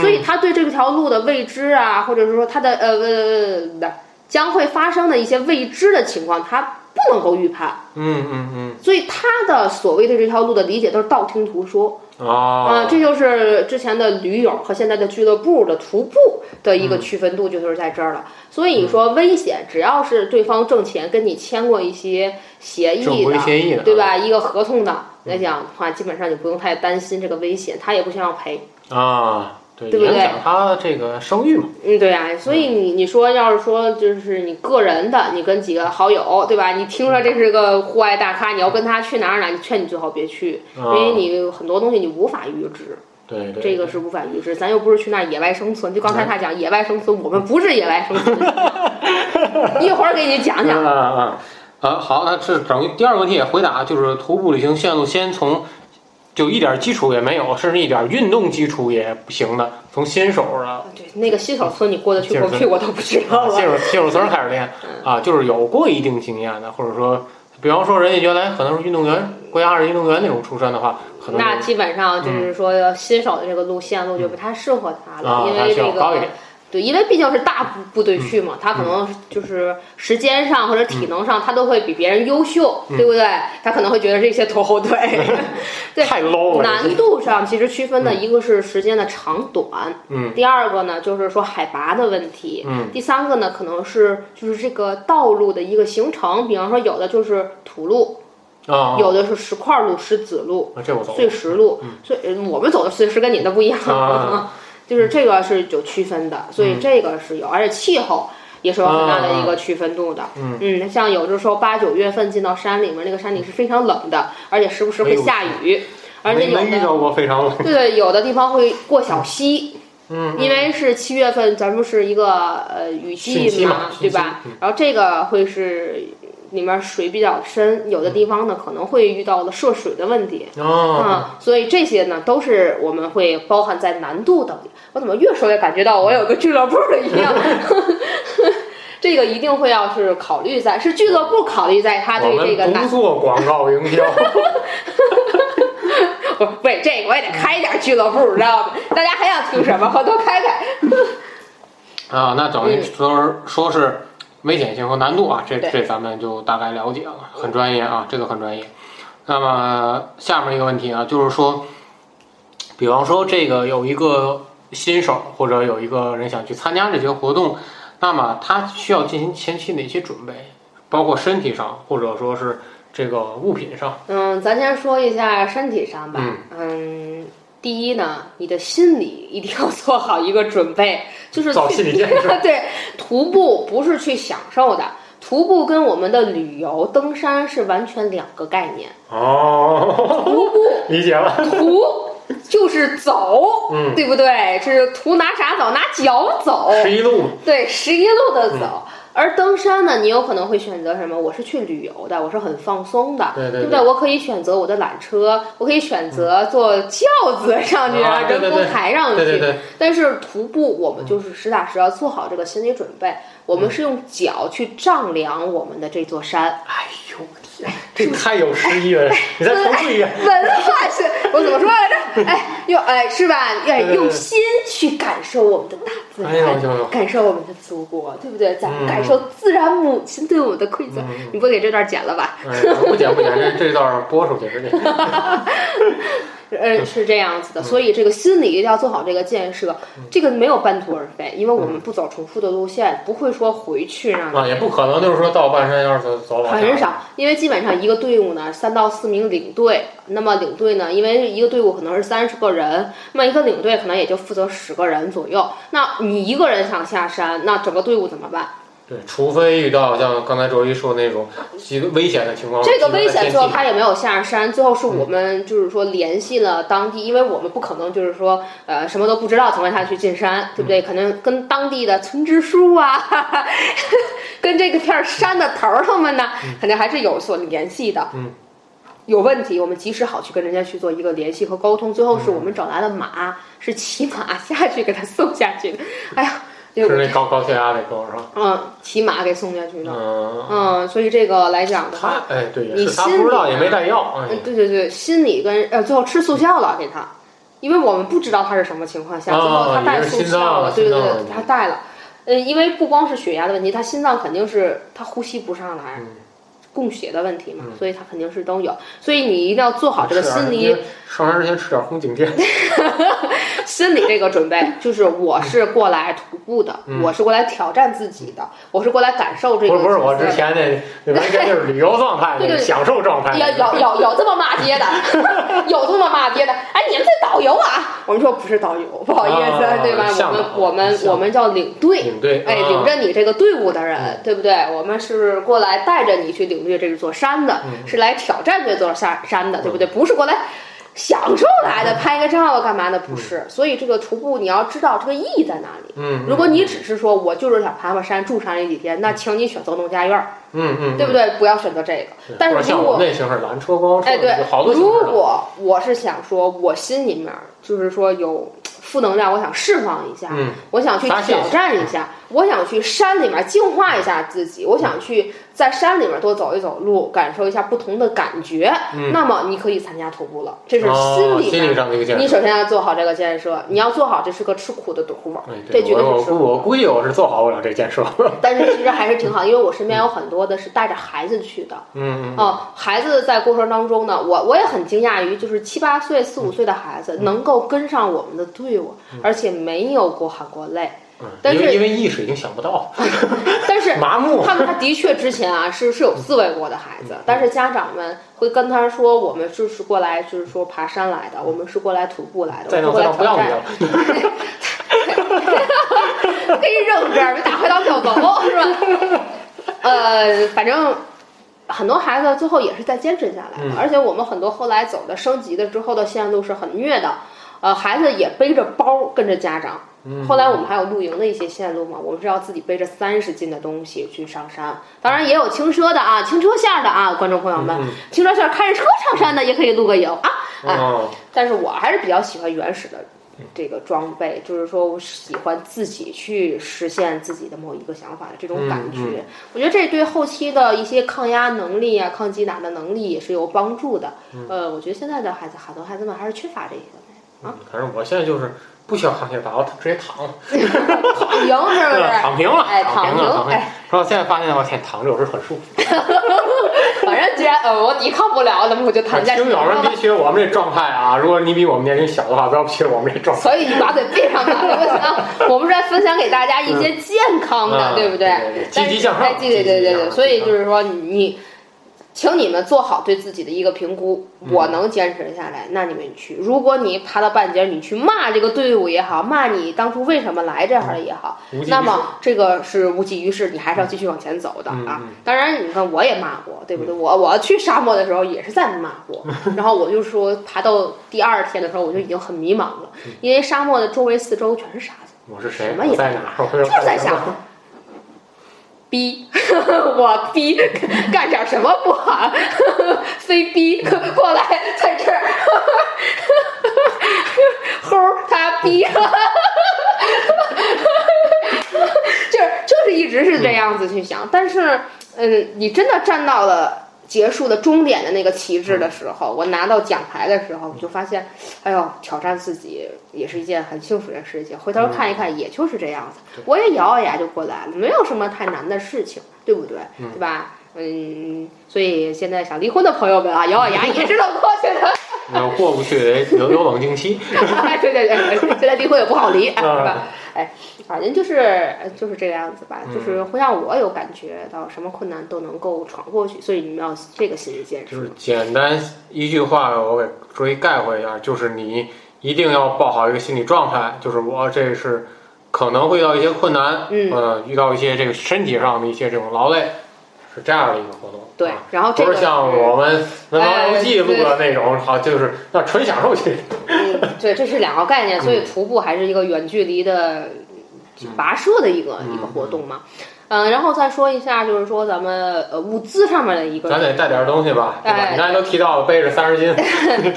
S4: 所以他对这条路的未知啊，或者是说他的呃呃的将会发生的一些未知的情况，他不能够预判。
S3: 嗯嗯嗯，
S4: 所以他的所谓对这条路的理解都是道听途说啊、
S3: 哦，
S4: 这就是之前的驴友和现在的俱乐部的徒步的
S3: 嗯
S4: 一个区分度，就是在这儿了。所以你说危险，只要是对方挣钱跟你签过一些协议
S3: 正规
S4: 的，
S3: 协议的，啊嗯
S4: 对？吧？一个合同的来讲的话，基本上你不用太担心这个危险，他也不想要赔。
S3: 啊，对，
S4: 对不
S3: 影
S4: 对
S3: 响他这个声誉嘛。
S4: 嗯，对啊，所以你你说要是说就是你个人的，你跟几个好友，对吧？你听
S3: 嗯
S4: 说这是个户外大咖，你要跟他去哪儿哪儿，你劝你最好别去，因
S3: 啊
S4: 为你很多东西你无法预知，
S3: 对对，
S4: 这个是无法预知。咱又不是去那儿野外生存，就刚才他讲野外生存，我们不是野外生存。 一会儿给你讲讲，
S3: 啊啊啊！啊，好，那这等于第二个问题也回答，就是徒步旅行线路先从就一点基础也没有，甚至一点运动基础也不行的，从新手 啊、
S4: 对那个新手村你过得去过不去，我都不知道
S3: 新
S4: 了。嗯
S3: 手新手村开始练啊，就是有过一定经验的，或者说，比方说人家原来可能是运动员，国家二级运动员那种出身的话， 可能嗯
S4: 那基本上就是说新手的这个路线路就不太适合他
S3: 啊
S4: 了，，因
S3: 他
S4: 为
S3: 需
S4: 这
S3: 要高一
S4: 个
S3: 点。嗯
S4: 对，因为毕竟是大部部队去嘛，他可能就是时间上或者体能上，他都会比别人优秀，
S3: 嗯
S4: 对不对？他可能会觉得这些拖后腿。 对
S3: 太 low 了，
S4: 难度上其实区分的一个是时间的长短，
S3: 嗯，
S4: 第二个呢就是说海拔的问题，
S3: 嗯，
S4: 第三个呢可能是就是这个道路的一个行程，比方说有的就是土路，
S3: 啊，
S4: 有的是石块路、石子路、
S3: 啊这我懂，
S4: 碎石路，碎、呃我们走的碎石跟你的不一样。
S3: 啊
S4: 就是这个是有区分的，所以这个是有，而且气候也是有很大的一个区分度的。
S3: 嗯
S4: 像有的时候八九月份进到山里面，那个山里是非常冷的，而且时不时会下雨，而且
S3: 没
S4: 有
S3: 没遇
S4: 的
S3: 到过非常冷，
S4: 对对，有的地方会过小溪。
S3: 嗯，
S4: 因为是七月份，咱们是一个呃雨
S3: 汛
S4: 季
S3: 期嗯嘛
S4: 对吧？然后这个会是里面水比较深，有的地方呢可能会遇到了涉水的问题。
S3: 啊，
S4: 啊，所以这些呢都是我们会包含在难度等里。我怎么越说越感觉到我有个俱乐部的 一样？ 这个一定会要是考虑在，是俱乐部考虑在他
S3: 我
S4: 对这个
S3: 们不
S4: 难，
S3: 做广告营 销。
S4: 不是为这个我也得开一点俱乐部，知道吗？大家还想听什么？我都开开。
S3: 啊，那等于说是说是危险性和难度啊，这
S4: 嗯对
S3: 这咱们就大概了解了，很专业啊，这个很专业。那么下面一个问题啊，就是说，比方说这个有一个新手或者有一个人想去参加这些活动，那么他需要进行前期哪些准备，包括身体上或者说是这个物品上，
S4: 嗯，咱先说一下身体上吧。嗯第一呢，你的心理一定要做好一个准备，就是
S3: 早
S4: 去
S3: 心理建设
S4: 对，徒步不是去享受的，徒步跟我们的旅游、登山是完全两个概念。
S3: 哦，
S4: 徒步
S3: 理解了，
S4: 徒就是走，
S3: 嗯
S4: 对不对？这是徒拿啥走？拿脚走，
S3: 十一路嘛，
S4: 对，十一路的
S3: 嗯
S4: 走。而登山呢，你有可能会选择什么？我是去旅游的，我是很放松的，
S3: 对对嗯
S4: 不对？我可以选择我的缆车，我可以选择坐轿子上去，
S3: 啊
S4: 然后
S3: 对对
S4: 人工
S3: 对
S4: 抬上去。
S3: 对对对，嗯
S4: 但是徒步，我们就是实打实要做好这个心理准备，我们是用脚去丈量我们的这座山。
S3: 哎呦我天，这太有诗意 了，你再重复一遍。
S4: 文化是，我怎么说来着？哎，用哎是吧？哎，
S3: 对对对
S4: 用心去感受我们的大自然，
S3: 哎呦呦呦
S4: 感受我们的祖国，对不对？咱们
S3: 嗯
S4: 感受自然母亲对我们的馈赠。你不会给这段剪了吧？
S3: 哎，不剪不剪，这这段儿播出去直接。嗯
S4: 呃，是这样子的，所以这个心理一定要做好这个建设，
S3: 嗯
S4: 这个没有半途而废，因为我们不走重复的路线，不会说回去让
S3: 啊，也不可能就是说到半山腰儿走走往下。
S4: 很少，因为基本上一个队伍呢，三到四名领队。那么领队呢，因为一个队伍可能是三十个人，那么一个领队可能也就负责十个人左右。那你一个人想下山，那整个队伍怎么办？
S3: 对，除非遇到像刚才周一说那种极危险的情况，
S4: 这个
S3: 极端
S4: 危
S3: 的
S4: 险
S3: 天嗯
S4: 最后
S3: 气
S4: 他也没有下山，最后是我们就是说联系了当地，因为我们不可能就是说呃什么都不知道情况下去进山，对
S3: 嗯
S4: 不对？可能跟当地的村支书啊， 哈哈跟这个片儿山的头儿头们呢，肯定还是有所联系的。
S3: 嗯。
S4: 有问题，我们及时好去跟人家去做一个联系和沟通。最后
S3: 嗯
S4: 是我们找来了马，是骑马下去给他送下去的。哎呀，这
S3: 是
S4: 个
S3: 那高高血压那沟是吧？
S4: 嗯，骑马给送下去的。
S3: 嗯，
S4: 嗯，所以这个来讲的话，
S3: 他哎对，也
S4: 你
S3: 是他
S4: 心
S3: 不知
S4: 里
S3: 道也
S4: 面
S3: 没带药，哎
S4: 嗯，对对对，心理跟呃，最后吃速效
S3: 嗯
S4: 了给他，因为我们不知道他是什么情况下，
S3: 啊
S4: 最后他带
S3: 也是
S4: 速
S3: 心脏
S4: 效了，
S3: 了
S4: 对对
S3: 心脏了
S4: 对，他带了。呃，因为不光是血压的问题，他心脏肯定是他呼吸不上来，
S3: 嗯
S4: 供血的问题嘛，
S3: 嗯
S4: 所以他肯定是都有。所以你一定要做好这个
S3: 吃点
S4: 心
S3: 儿
S4: 理
S3: 因为啊上山之前吃点儿红景天，
S4: 心理这个准备，就是我是过来徒步的，
S3: 嗯
S4: 我是过来挑战自己的，我是过来感受这个
S3: 不是
S4: 景色的。
S3: 不是，我之前那那完全就是旅游状态，
S4: 对对
S3: 那
S4: 对
S3: 享受状态，
S4: 有有有有这么骂 街的，有这么骂街的。哎，你们这导游啊，我们说不是导游，不好意思，
S3: 啊
S4: 对吧？
S3: 向导
S4: 我们
S3: 向导
S4: 我们我们叫领队，
S3: 领队，
S4: 哎，
S3: 啊
S4: 领着你这个队伍的人，对不对？我们是过来带着你去领略这座山的，
S3: 嗯
S4: 是来挑战这座山山的，对不对？不是过来。享受来
S3: 嗯
S4: 的，拍个照啊，干嘛的？不是，所以这个徒步你要知道这个意义在哪里。
S3: 嗯，
S4: 如果你只是说我就是想爬爬山，住山里几天，那请你选择农家院儿，
S3: 嗯嗯，
S4: 对不对？不要选择这个
S3: 对？。
S4: 但
S3: 或者
S4: 是
S3: 像
S4: 如
S3: 我
S4: 果
S3: 们那型是缆车、光车，
S4: 哎，对
S3: 有，好多型
S4: 如
S3: 式的
S4: 果我是想说，我心里面就是说有负能量，我想释放一下，
S3: 嗯
S4: 我想去
S3: 发泄一下嗯
S4: 挑战一下，我想去山里面净化一下自己，我想去在山里面多走一走路，感受一下不同的感觉。
S3: 嗯
S4: 那么你可以参加徒步了，这是
S3: 哦，
S4: 里
S3: 心
S4: 面。
S3: 理上的一个建
S4: 你
S3: 设。
S4: 首先要做好这个建设，你要做好，这是个吃苦的活儿
S3: 哎，
S4: 这
S3: 对
S4: 绝对
S3: 我
S4: 是
S3: 我
S4: 吃
S3: 估
S4: 苦。
S3: 我估计我是做好不了这建设。
S4: 但是其实还是挺好，因为我身边有很多的是带着孩子去的，
S3: 嗯嗯
S4: 哦，孩子在过程当中呢，我我也很惊讶于，就是七八岁、四
S3: 嗯
S4: 五岁的孩子能够跟上我们的队伍，而且没有过喊过累。
S3: 嗯，
S4: 但
S3: 因
S4: 是
S3: 为因为意识已经想不到，
S4: 但是
S3: 麻木。嗯
S4: 他们他的确之前啊是是有自慰过的孩子，但是家长们会跟他说，我们就是过来就是说爬山来
S3: 嗯
S4: 的，我们是过来徒步来的，
S3: 再
S4: 我们
S3: 闹
S4: 过
S3: 再
S4: 来
S3: 闹，不
S4: 挑
S3: 要你
S4: 战。
S3: 了。
S4: 可以扔这儿，别打回当小狗，是吧？呃，反正很多孩子最后也是在坚持下来的，
S3: 嗯
S4: 而且我们很多后来走的升级的之后的线路是很虐的，呃，孩子也背着包跟着家长。
S3: 嗯
S4: 后来我们还有露营的一些线路嘛，我们是要自己背着三十斤的东西去上山，当然也有轻奢的啊，轻车线儿的啊，观众朋友们，
S3: 嗯嗯
S4: 轻车线儿开着车上山的也可以露个营啊，哎，
S3: 嗯，
S4: 但是我还是比较喜欢原始的这个装备，就是说我喜欢自己去实现自己的某一个想法的这种感觉。
S3: 嗯
S4: 我觉得这对后期的一些抗压能力啊、抗击打的能力也是有帮助的。
S3: 嗯
S4: 呃，我觉得现在的孩子，很多孩子们还是缺乏这些东
S3: 嗯反正我现在就是不需要抗血打，我直接躺，
S4: 西啊，躺赢是不
S3: 对吧
S4: 是？
S3: 躺平了，
S4: 哎
S3: 躺平了，
S4: 躺
S3: 躺
S4: 平
S3: 平
S4: 哎。
S3: 然后现在发现，我天，躺着有时候很舒服。
S4: 反正既然呃我抵抗不了，那么我就躺在
S3: 听
S4: 床
S3: 友们
S4: 上吧
S3: 别。学我们这状态啊！如果你比我们年龄小的话，不要学我们这状态。
S4: 所以你把嘴闭上吧，不行。我们是来分享给大家一些健康的，
S3: 嗯
S4: 对不对
S3: 对对对？
S4: 但是
S3: 积极向上
S4: 哎对对对
S3: 积极
S4: 对
S3: 向
S4: 对，
S3: 上嗯
S4: 所以就是说你，你请你们做好对自己的一个评估。我
S3: 嗯
S4: 能坚持下来，那你们去。如果你爬到半截儿，你去骂这个队伍也好，骂你当初为什么来这儿也好，
S3: 嗯无济于
S4: 那
S3: 事
S4: 么这个是无济于事，你还是要继续往前走的
S3: 嗯
S4: 啊
S3: 嗯。
S4: 当然，你看我也骂过，对不对？我我去沙漠的时候也是在骂 过，然后我就说爬到第二天的时候我就已经很迷茫了，
S3: 嗯
S4: 因为沙漠的周围四周全是沙子，
S3: 我是谁？
S4: 什么也
S3: 我在哪儿？我又
S4: 就是在
S3: 干什
S4: 沙
S3: 么
S4: 漠。逼，我逼，干点什么不好？非逼过来在这儿，齁他逼，就是就是一直是这样子去想，但是嗯，你真的站到了。结束的终点的那个旗帜的时候，我拿到奖牌的时候，我就发现，哎呦，挑战自己也是一件很幸福的事情。回头
S3: 嗯
S4: 看一看，也就是这样子，我也咬咬牙就过来了，没有什么太难的事情，对不对？对吧？嗯，所以现在想离婚的朋友们啊，咬咬牙也是能过去 的。
S3: 我嗯过不去，有有冷静期。
S4: 哎对对对，现在离婚也不好 离，哎是
S3: 嗯
S4: 吧？哎，反正就是就是这个样子吧，
S3: 嗯
S4: 就是会让我有感觉到什么困难都能够闯过去，所以你们要这个心理建设
S3: 就。是简单一句话，我给追概括一下，就是你一定要抱好一个心理状态，就是我这是可能会遇到一些困难，
S4: 嗯
S3: 呃，遇到一些这个身体上的一些这种劳累，是这样的一个活动。
S4: 对
S3: 啊，
S4: 然后这
S3: 不
S4: 个
S3: 是像我们《文玩游记》
S4: 哎对
S3: 录的那种，好，就是那纯享受去。
S4: 嗯，对，这是两个概念，所
S3: 嗯
S4: 以徒步还是一个远距离的跋涉的一个、
S3: 嗯
S4: 一个活动嘛。嗯，然后再说一下，就是说咱们呃物资上面的一个，
S3: 咱得带点东西吧，对吧？
S4: 哎
S3: 你刚才都提到了背着三十 斤，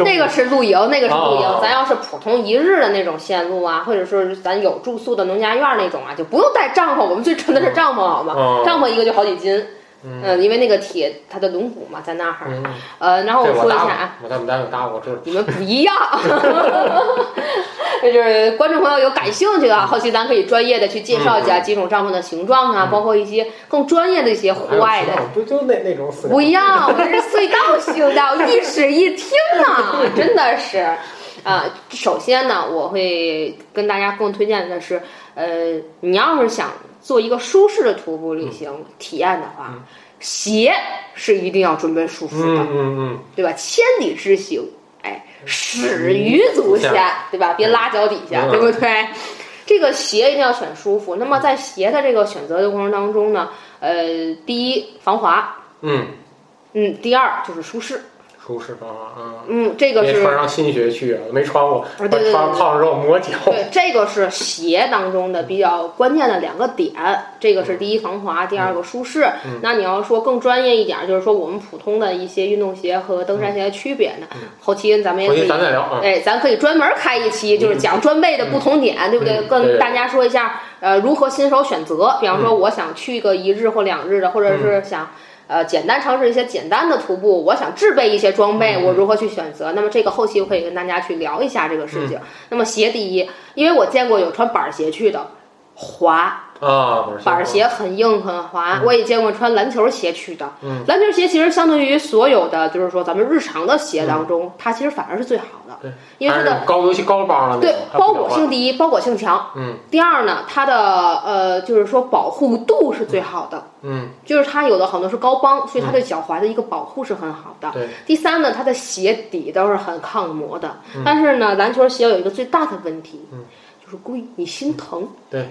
S4: 那个是露营，那个是露营。
S3: 哦
S4: 咱要是普通一日的那种线路啊，或者说是咱有住宿的农家院儿那种啊，就不用带帐篷，我们最纯的是帐篷好吗？
S3: 哦
S4: 帐篷一个就好几斤，
S3: 嗯，
S4: 嗯，因为那个铁它的轮毂嘛在那儿。
S3: 嗯，
S4: 呃，然后
S3: 这
S4: 我
S3: 我
S4: 说一
S3: 搭
S4: 下
S3: 过
S4: 啊，，
S3: 我在我们单位搭过，这
S4: 你们不一样， 就是观众朋友有感兴趣的啊，后期咱可以专业的去介绍一下几种帐篷的形状啊，包括一些更专业的一些户外的。，
S3: 不就那那种死
S4: 不一样，我这是隧道型的，我一室一厅呢，真的是。啊、首先呢，我会跟大家更推荐的是，呃，你要是想做一个舒适的徒步旅行、体验的话，鞋是一定要准备舒服的。
S3: 嗯嗯嗯，
S4: 对吧？千里之行，哎，始于
S3: 足
S4: 足下
S3: 下，
S4: 对吧？别拉脚底下，
S3: 嗯
S4: 对不对？这个鞋一定要选舒服。那么在鞋的这个选择的过程当中呢，呃，第一防滑，
S3: 嗯，
S4: 嗯，第二就是舒适，
S3: 舒适方法，嗯，
S4: 嗯，这个
S3: 别
S4: 是
S3: 穿上新鞋去啊，没穿过，
S4: 对
S3: 把
S4: 对对
S3: 穿胖了之后磨脚，
S4: 对，这个是鞋当中的比较关键的两个点，这个是第一防滑，第二个舒适。那你要说更专业一点，就是说我们普通的一些运动鞋和登山鞋的区别呢，嗯后期咱们也可
S3: 回
S4: 以
S3: 去咱再聊啊。
S4: 哎，咱可以专门开一期，就是讲装备的不同点，对不对？
S3: 嗯
S4: 跟
S3: 对嗯
S4: 大家说一下，呃，如何新手选择。比方说，我想去个一日或两日的，或者是想。呃，简单尝试一些简单的徒步，我想制备一些装
S3: 嗯
S4: 备，我如何去选择？那么这个后期我可以跟大家去聊一下这个事
S3: 嗯
S4: 情。那么鞋第一，因为我见过有穿板儿鞋去的，滑，
S3: 啊，板儿
S4: 板儿，鞋很硬很滑，我也见过穿篮球鞋去的。
S3: 嗯
S4: 篮球鞋其实相对于所有的，就是说咱们日常的鞋
S3: 嗯
S4: 当中，它其实反而是最好的
S3: 对，
S4: 因为
S3: 还
S4: 它
S3: 是
S4: 的
S3: 高，尤其高帮的那
S4: 对
S3: 种，还
S4: 包
S3: 不
S4: 裹
S3: 了
S4: 性第一，包裹性强。
S3: 嗯
S4: 第二呢，它的呃就是说保护度是最好的，
S3: 嗯，
S4: 就是它有的很多是高帮，所以它对脚踝的一个保护是很好的。
S3: 对，
S4: 第三呢，它的鞋底都是很抗磨的，
S3: 嗯
S4: 但是呢，篮球鞋有一个最大的问题，就是贵，你心疼。
S3: 对，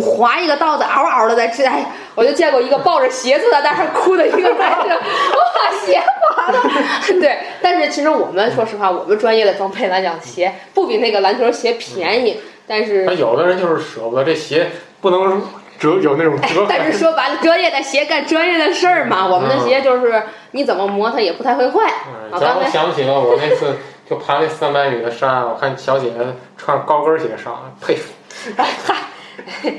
S4: 划一个道子，嗷嗷的在吃。哎，我就见过一个抱着鞋子在那儿哭的一个男生，我把鞋划了。对，但是其实我们说实话，我们专业的装备来讲，鞋不比那个篮球鞋便宜，但
S3: 那
S4: 是。
S3: 有的人就是舍不得这鞋，不能折有那种
S4: 哎
S3: 折痕，
S4: 但是说白了，专业的鞋干专业的事儿嘛。我们的鞋就是你怎么磨它也不太会坏。
S3: 嗯让
S4: 啊，刚
S3: 我
S4: 才
S3: 想起了我那次 就爬那三百米的山，我看小姐穿高跟鞋上，佩服。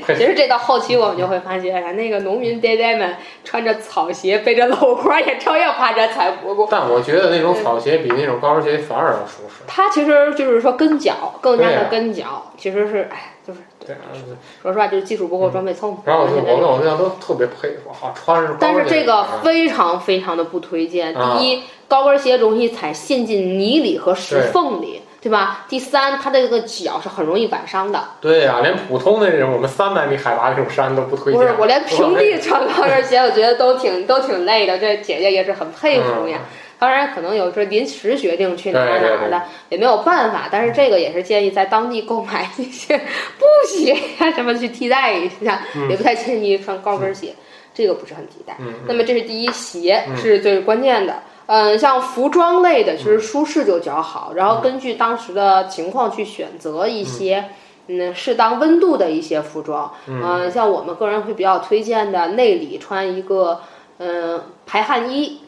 S4: 其实这到后期我们就会发现，哎那个农民爹爹们穿着草鞋，背着篓筐也照样爬山采蘑菇。
S3: 但我觉得那种草鞋比那种高跟鞋反而要舒适。
S4: 它其实就是说跟脚，更加
S3: 对
S4: 的
S3: 啊
S4: 跟脚，其实是哎，就是
S3: 对啊，
S4: 说实话，就是技术不够，装备凑合。
S3: 嗯然后我就我跟我对象都特别佩服啊，穿着高
S4: 但
S3: 跟鞋。
S4: 是这个非常非常的不推荐。
S3: 嗯啊
S4: 第一，高跟鞋容易踩陷进泥里和石
S3: 对
S4: 缝里，对吧？第三，它的这个脚是很容易崴伤的。
S3: 对呀、连普通的那种我们三百米海拔那种山都不推荐。
S4: 不是，我连平地穿高跟鞋，我觉得都挺都挺累的。这姐姐也是很佩服呀。当然，可能有时候临时决定去哪儿哪儿
S3: 对对
S4: 的
S3: 对，
S4: 也没有办法。但是这个也是建议在当地购买一些布鞋呀什么去替代一下，也不太建议穿高跟鞋，这个不是很替代。
S3: 嗯
S4: 那么这是第一，鞋
S3: 嗯
S4: 是最关键的。嗯，像服装类的，其实舒适就较好，然后根据当时的情况去选择一些。嗯，适当温度的一些服装，嗯、像我们个人会比较推荐的内里穿一个，嗯、排汗衣，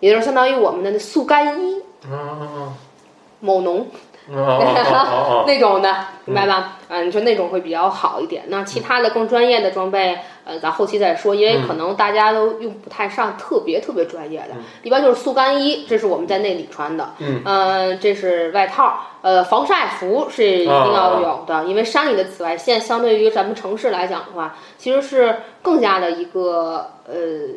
S4: 也就是相当于我们的那速干衣，
S3: 嗯嗯
S4: 某农、
S3: 嗯哦 哦哦
S4: 那种的，明白吧？嗯、你说那种会比较好一点。那其
S3: 嗯
S4: 他的更专业的装备，呃，咱后期再说，因为可能大家都用不太上特别特别专业的，一般就是速干衣，这是我们在内里穿的，
S3: 嗯
S4: 呃这是外套，呃，防晒服是一定
S3: 哦
S4: 要有的，因为山里的紫外线相对于咱们城市来讲的话，其实是更加的一个呃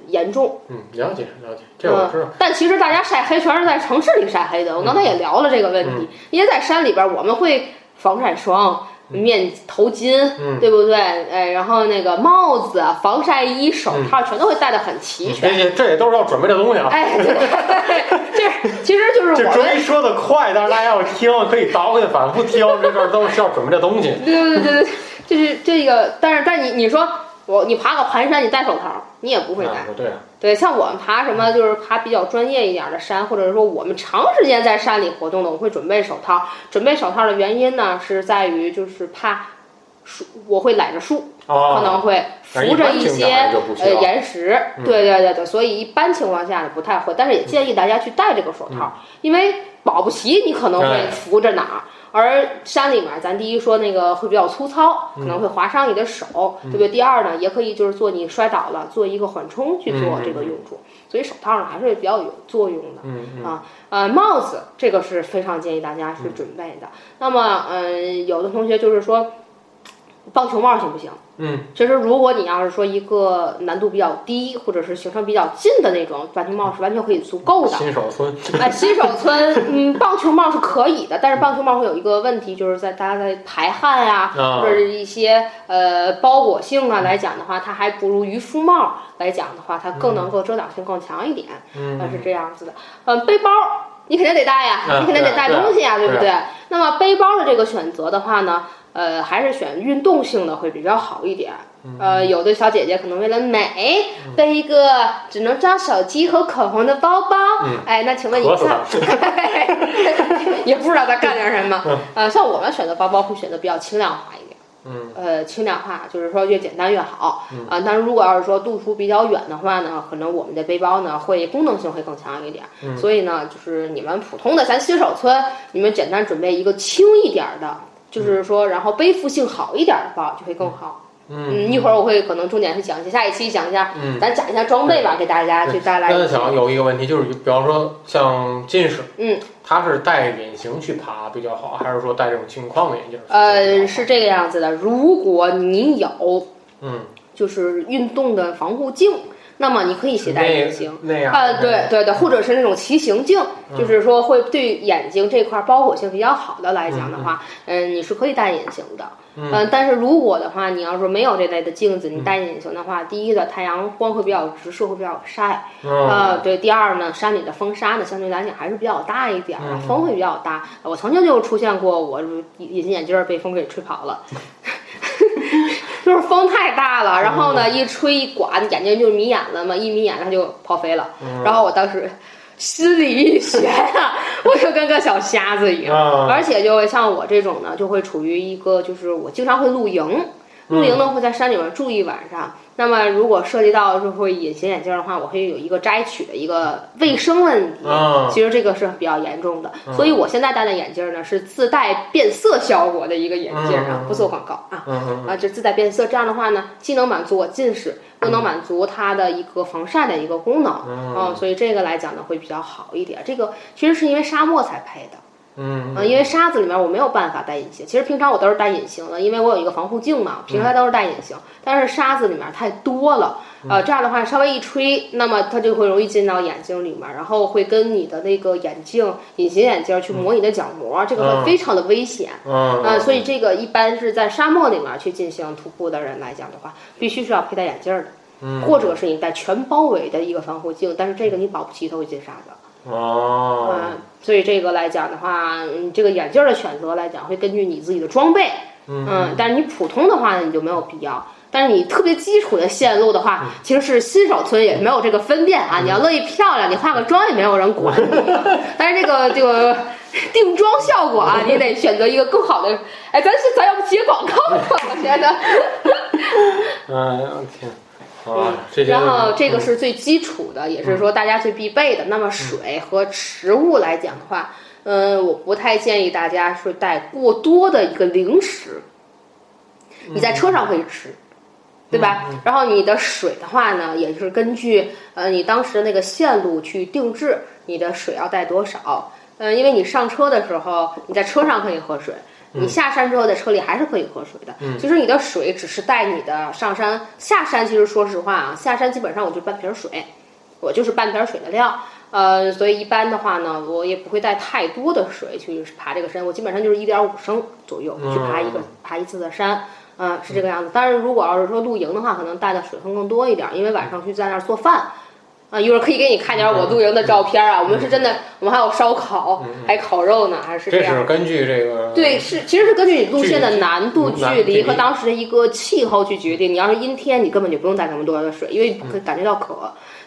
S4: 严重。
S3: 嗯，了解了解，这我知道。嗯
S4: 嗯。但其实大家晒黑全是在城市里晒黑的，我刚才也聊了这个问题，因为在山里边儿我们会防晒霜。面头巾，
S3: 嗯
S4: 对不对？哎，然后那个帽子、啊防晒衣、手
S3: 嗯
S4: 套全都会戴得很齐
S3: 这
S4: 全。
S3: 些这也都是要准备的东西啊。
S4: 哎，对对对，这其实就是
S3: 这
S4: 我
S3: 终
S4: 们
S3: 于说的快，但是大家要听，可以倒回去反复听，这事儿都是需要准备的东西。
S4: 对对对对对，就是这个，但是但你你说我你爬个盘山，你戴手套，你 也不会戴。
S3: 啊对啊，
S4: 对，像我们爬什么就是爬比较专业一点的山，或者说我们长时间在山里活动的，我会准备手套。准备手套的原因呢，是在于就是怕树，我会揽着树，可能
S3: 哦，
S4: 会
S3: 但
S4: 扶着
S3: 般
S4: 一
S3: 情况
S4: 些
S3: 下就不需
S4: 呃
S3: 要。
S4: 岩石，
S3: 嗯
S4: 对对对对，所以一般情况下呢不太会，但是也建议大家去戴这个手套，因为保不齐你可能
S3: 嗯哎
S4: 会扶着哪儿。而山里面，咱第一说那个会比较粗糙，可
S3: 嗯
S4: 能会划伤你的手，对不对？第二呢，也可以就是做你摔倒了，做一个缓冲去做
S3: 嗯
S4: 这个用处，所以手套呢还是比较有作用的。
S3: 嗯嗯，
S4: 呃，帽子这个是非常建议大家去准备的。那么，嗯、有的同学就是说，棒球帽行不行？
S3: 嗯，
S4: 其实如果你要是说一个难度比较低，或者是行程比较近的那种，棒球帽是完全可以足够的。
S3: 新手村，
S4: 哎，新手村，嗯，棒球帽是可以的，但是棒球帽会有一个问题，就是在大家在排汗呀、
S3: 啊
S4: 或者是一些呃包裹性啊来讲的话，它还不如渔夫帽来讲的话，它更能够遮挡性更强一点。呃，
S3: 嗯，
S4: 是这样子的。嗯，背包你肯定得带呀，
S3: 嗯
S4: 你肯定得带
S3: 对啊
S4: 东西呀，
S3: 对啊
S4: 对不对？那么背包的这个选择的话呢，呃，还是选运动性的会比较好一点。
S3: 嗯
S4: 呃，有的小姐姐可能为了美，背一个只能装手机和口红的包包，
S3: 嗯
S4: 哎，那请问你
S3: 咳死
S4: 看
S3: 了，
S4: 也不知道在干点什么。呃，像我们选择包包会选择比较轻量化一点。
S3: 嗯，
S4: 呃，轻量化就是说越简单越好啊、但是如果要是说路途比较远的话呢，可能我们的背包呢会功能性会更强一点。
S3: 嗯
S4: 所以呢，就是你们普通的咱新手村，你们简单准备一个轻一点儿的，就是说然后背负性好一点儿的包就会更好。
S3: 嗯
S4: 嗯，一会儿我会可能重点是讲一下，下一期讲一下，
S3: 嗯
S4: 咱讲一下装备吧，给大家去带来
S3: 那
S4: 一
S3: 想
S4: 些。
S3: 有一个问题就是，比方说像近视，
S4: 嗯，
S3: 他是戴隐形去爬比较好，还是说戴这种镜框的眼镜？
S4: 呃，是，这个样子的，如果你有
S3: 嗯，
S4: 就是运动的防护镜，那么你可以携带
S3: 那
S4: 隐形。
S3: 那样
S4: 啊，对，对对，或者是那种骑行镜，就是说会对眼睛这块包裹性比较好的来讲的话，嗯，你是可以戴隐形的。
S3: 嗯
S4: 嗯，但是如果的话，你要是没有这类的镜子，你戴隐形的话，第一个太阳光会比较直射，会比较晒，
S3: 嗯，
S4: 呃，对。第二呢，山里的风沙呢，相对来讲还是比较大一点儿
S3: 嗯
S4: 啊，风会比较大。我曾经就出现过，我隐形眼镜儿被风给吹跑了。 就是风太大
S3: 嗯
S4: 了，然后呢，一吹一刮，眼睛就迷眼了嘛，一迷眼它就跑飞了。
S3: 嗯
S4: 然后我当时心里一悬啊，我就跟个小瞎子一样。
S3: 啊，
S4: 而且就像我这种呢，就会处于一个就是我经常会露营，露营
S3: 嗯
S4: 呢会在山里面住一晚上。那么如果涉及到就会隐形眼镜的话，我会有一个摘取的一个卫生问题。
S3: 嗯
S4: 其实这个是比较严重的，所以我现在戴的眼镜呢是自带变色效果的一个眼镜
S3: 嗯嗯
S4: 啊，
S3: 嗯
S4: 不做广告啊。
S3: 嗯
S4: 啊，就自带变色，这样的话呢，既能满足我近视，又能满足它的一个防晒的一个功能，
S3: 嗯
S4: 啊所以这个来讲呢会比较好一点。这个其实是因为沙漠才配的，
S3: 嗯
S4: 嗯，因为沙子里面我没有办法戴隐形。其实平常我都是戴隐形的，因为我有一个防护镜嘛，
S3: 嗯
S4: 平常都是戴隐形。但是沙子里面太多了，呃，这样的话稍微一吹，那么它就会容易进到眼睛里面，然后会跟你的那个眼镜、隐形眼镜去磨你的角膜，这个
S3: 嗯
S4: 会非常的危险。
S3: 嗯
S4: 啊，所以这个一般是在沙漠里面去进行徒步的人来讲的话，必须是要佩戴眼镜儿的，
S3: 嗯
S4: 或者是你戴全包围的一个防护镜，但是这个你保不齐它会进沙子。
S3: 哦
S4: 嗯，所以这个来讲的话，嗯，这个眼镜儿的选择来讲，会根据你自己的装备，嗯，但是你普通的话呢，你就没有必要。但是你特别基础的线路的话，其实是新手村也没有这个分辨啊。你要乐意漂亮，你化个妆也没有人管。但是这个这个定妆效果啊，你得选择一个更好的。哎，咱是咱要不接广告吧？我觉得。
S3: 嗯，天啊，这些嗯
S4: 然后这个是最基础的，也是说大家最必备的。那么水和食物来讲的话，嗯，我不太建议大家是带过多的一个零食，
S3: 嗯
S4: 你在车上可以吃。对吧？然后你的水的话呢，也是根据呃你当时的那个线路去定制，你的水要带多少？嗯、因为你上车的时候，你在车上可以喝水，你下山之后在车里还是可以喝水的。其实你的水只是带你的上山、下山。其实说实话啊，下山基本上我就半瓶水，我就是半瓶水的量。呃，所以一般的话呢，我也不会带太多的水去爬这个山，我基本上就是一点五升左右去爬一个、
S3: 嗯
S4: 爬一次的山。嗯、是这个样子。但是如果要是说露营的话，可能带的水分更多一点，因为晚上去在那儿做饭，啊，一会儿可以给你看点我露营的照片啊。我们是真的，我们还有烧烤，还烤肉呢，还是嗯这
S3: 这
S4: 样。
S3: 是根据这个
S4: 对，是其实是根据你路线的难度、
S3: 距离
S4: 距离
S3: 距
S4: 和
S3: 离
S4: 当时的一个气候去决定。你要是阴天，你根本就不用带那么多的水，因为可感觉到渴。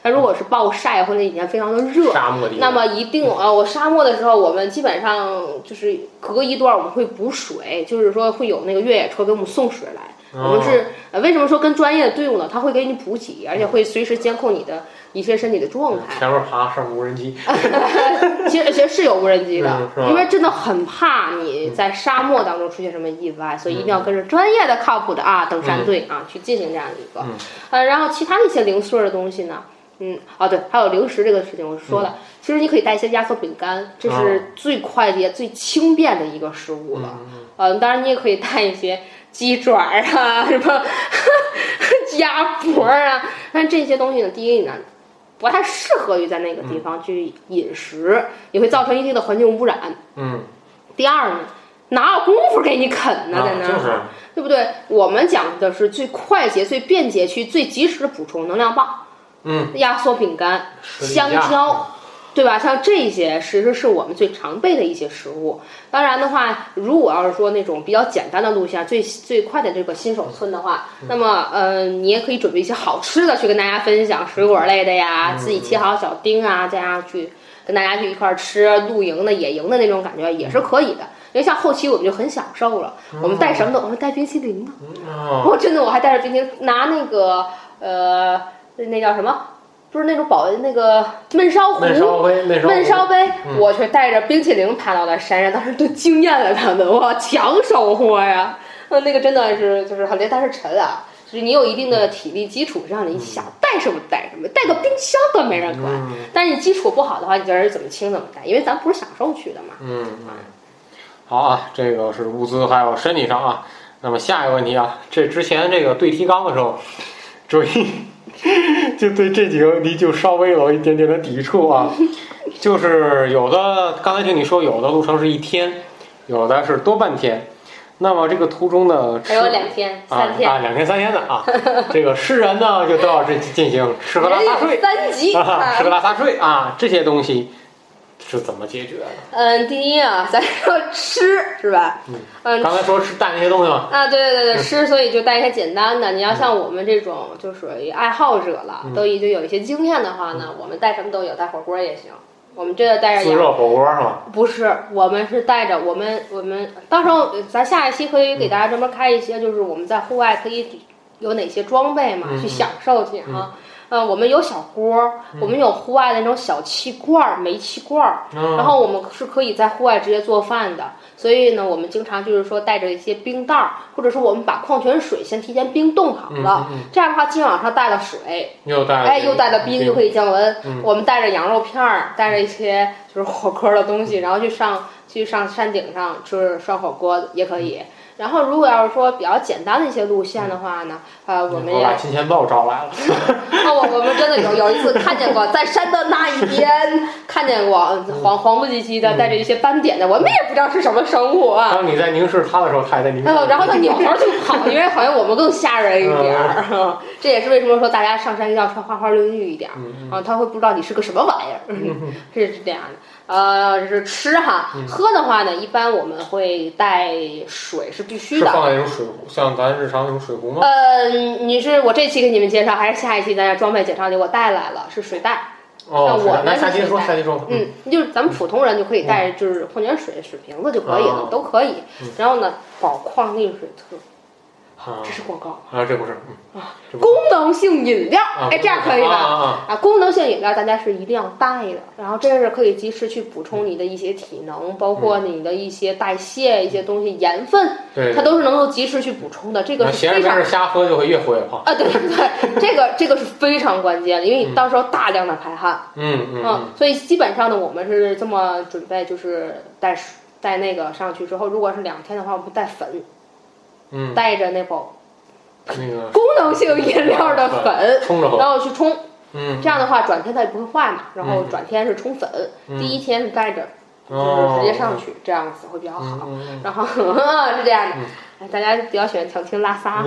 S4: 但如果是暴晒或者以前非常的热，
S3: 沙漠地带
S4: 那么一定啊，我沙漠的时候，我们基本上就是隔一段我们会补水，就是说会有那个越野车给我们送水来。
S3: 哦
S4: 我们是呃为什么说跟专业的队伍呢？他会给你补给，而且会随时监控你的一些身体的状态。
S3: 前面爬上无人机，
S4: 其实其实是有无人机的
S3: 嗯是吧，
S4: 因为真的很怕你在沙漠当中出现什么意外，所以一定
S3: 嗯
S4: 要跟着专业的、靠谱的啊登山队啊去进行这样的一个
S3: 嗯。
S4: 呃，然后其他的一些零碎的东西呢，嗯，啊对，还有零食这个事情我是说
S3: 嗯
S4: 了，其实你可以带一些压缩饼干，这
S3: 哦
S4: 是最快捷、最轻便的一个食物了。嗯，当然你也可以带一些鸡爪儿啊，什么 鸭脖儿啊，但这些东西呢，第一呢。不太适合于在那个地方去饮食，也会造成一定的环境污染。
S3: 嗯，
S4: 第二呢，哪有功夫给你啃呢？
S3: 啊
S4: 在那儿、
S3: 就是
S4: 对不对？我们讲的是最快捷、最便捷去最及时的补充能量棒，
S3: 嗯，
S4: 压缩饼干、
S3: 士力架
S4: 香蕉，对吧？像这些其实是我们最常备的一些食物。当然的话，如果要是说那种比较简单的路线，最最快的这个新手村的话，那么呃，你也可以准备一些好吃的去跟大家分享，水果类的呀，自己切好小丁啊，这样去跟大家去一块儿吃露营的、野营的那种感觉也
S3: 嗯
S4: 是可以的。因为像后期我们就很享受了，我们带什么的，我们带冰淇淋呢。
S3: 哦，
S4: 我真的我还带着冰淇淋，拿那个呃，那叫什么？不是那种保那个焖烧壶。
S3: 闷烧杯，闷烧
S4: 焖烧
S3: 杯，
S4: 杯，
S3: 嗯
S4: 我却带着冰淇淋爬到了山上，当时都惊艳了他们，哇，强收获呀！嗯，那个真的是就是很累，但是沉啊，就是你有一定的体力基础上，你想带什么带什么，带个冰箱都没人管。
S3: 嗯
S4: 但是你基础不好的话，你这人怎么轻怎么带，因为咱不是享受去的嘛。
S3: 嗯嗯，好啊，这个是物资还有身体上啊。那么下一个问题啊，这之前这个对提纲的时候，注意 就对这几个问题就稍微有一点点的抵触 啊，就是有的刚才听你说有的路程是一天，有的是多半天，那么这个途中呢，吃
S4: 还有两天、三天，
S3: 啊啊两天三天的啊，这个诗人呢就都要这进行吃喝拉
S4: 人
S3: 撒睡
S4: 有三级。
S3: 啊， 吃喝拉撒睡啊，这些东西是怎么解决的？
S4: 嗯，第一啊，咱说吃是吧？嗯，
S3: 刚才嗯说吃带那些东西嘛，
S4: 啊，对对对对，吃，所以就带一些简单的。你要像我们这种就属于爱好者了，
S3: 嗯
S4: 都已经有一些经验的话呢，我们带什么都有，带火锅也行。我们这个带着
S3: 自
S4: 羊
S3: 热火锅是吗？
S4: 不是，我们是带着我们我们到时候呃咱下一期可以给大家专门开一些，就是我们在户外可以有哪些装备嘛，
S3: 嗯
S4: 去享受去啊。呃，我们有小锅儿，我们有户外的那种小气罐儿、煤气罐儿，
S3: 嗯
S4: 然后我们是可以在户外直接做饭的。所以呢，我们经常就是说带着一些冰袋儿，或者说我们把矿泉水先提前冰冻好了，
S3: 嗯嗯嗯
S4: 这样的话既往上带了水，
S3: 又带了
S4: 哎，又带了冰，又可
S3: 以
S4: 以降温。
S3: 嗯
S4: 我们带着羊肉片儿，带着一些就是火锅的东西，然后去上去上山顶上吃涮火锅也可以。然后如果要是说比较简单的一些路线的话呢，呃，我们也
S3: 把金钱豹招来了，
S4: 啊，我我们真的有有一次看见过，在山的那一边看见过嗯黄黄不唧唧的，带着一些斑点的，我们也不知道是什么生物啊。
S3: 当你在凝视它的时候，它也在凝视
S4: 然后，
S3: 你。
S4: 然后他扭头就跑，因为好像我们更吓人一点儿。 这也是为什么说大家上山一定要穿花花绿绿一点儿
S3: 嗯
S4: 啊，他会不知道你是个什么玩意儿， 是这样的。呃，是吃哈，
S3: 嗯
S4: 喝的话呢，一般我们会带水是必须
S3: 是
S4: 的。
S3: 放在那种水壶，像咱日常那种水壶吗？
S4: 呃，你是我这期给你们介绍，还是下一期咱家装备介绍里我带来了是水袋？呃那
S3: 哦，
S4: 我
S3: 是的
S4: 们
S3: 来
S4: 是
S3: 下期
S4: 水
S3: 说，
S4: 袋
S3: 下期说。
S4: 嗯，就是咱们普通人就可以带就是矿泉水、水瓶子就可以了
S3: 哦，
S4: 都可以。然后呢，宝矿力水特，
S3: 啊
S4: 这是广告。
S3: 啊，这不是嗯这不
S4: 功
S3: 是
S4: 能性饮料
S3: 啊，
S4: 哎，这样可以
S3: 啊啊
S4: 吧？啊，功能性饮料大家是一定要带的，然后这样是可以及时去补充你的一些体能，包括你的一些代谢、一些东西、盐分，
S3: 嗯对，
S4: 它都是能够及时去补充的。这
S3: 那
S4: 个是
S3: 闲着
S4: 非
S3: 没
S4: 常
S3: 事瞎喝就会越喝越胖。
S4: 啊，对对对，这个这个是非常关键的，因为你到时候大量的排汗。
S3: 嗯嗯
S4: 嗯，所以基本上呢，我们是这么准备，就是带水带那个上去之后，如果是两天的话，我们带粉，
S3: 嗯，
S4: 带着那包
S3: 那个
S4: 功能性饮料的粉，
S3: 冲着喝
S4: 然，后去冲，
S3: 嗯
S4: 这，样的话转天它也不会坏嘛。然后
S3: 嗯
S4: 转天是冲粉，
S3: 嗯
S4: 第一天是带着，就是
S3: 哦
S4: 直接上去，这样子会比较好。
S3: 嗯嗯嗯
S4: 然后 是这样的。哎大家比较喜欢听听拉 萨，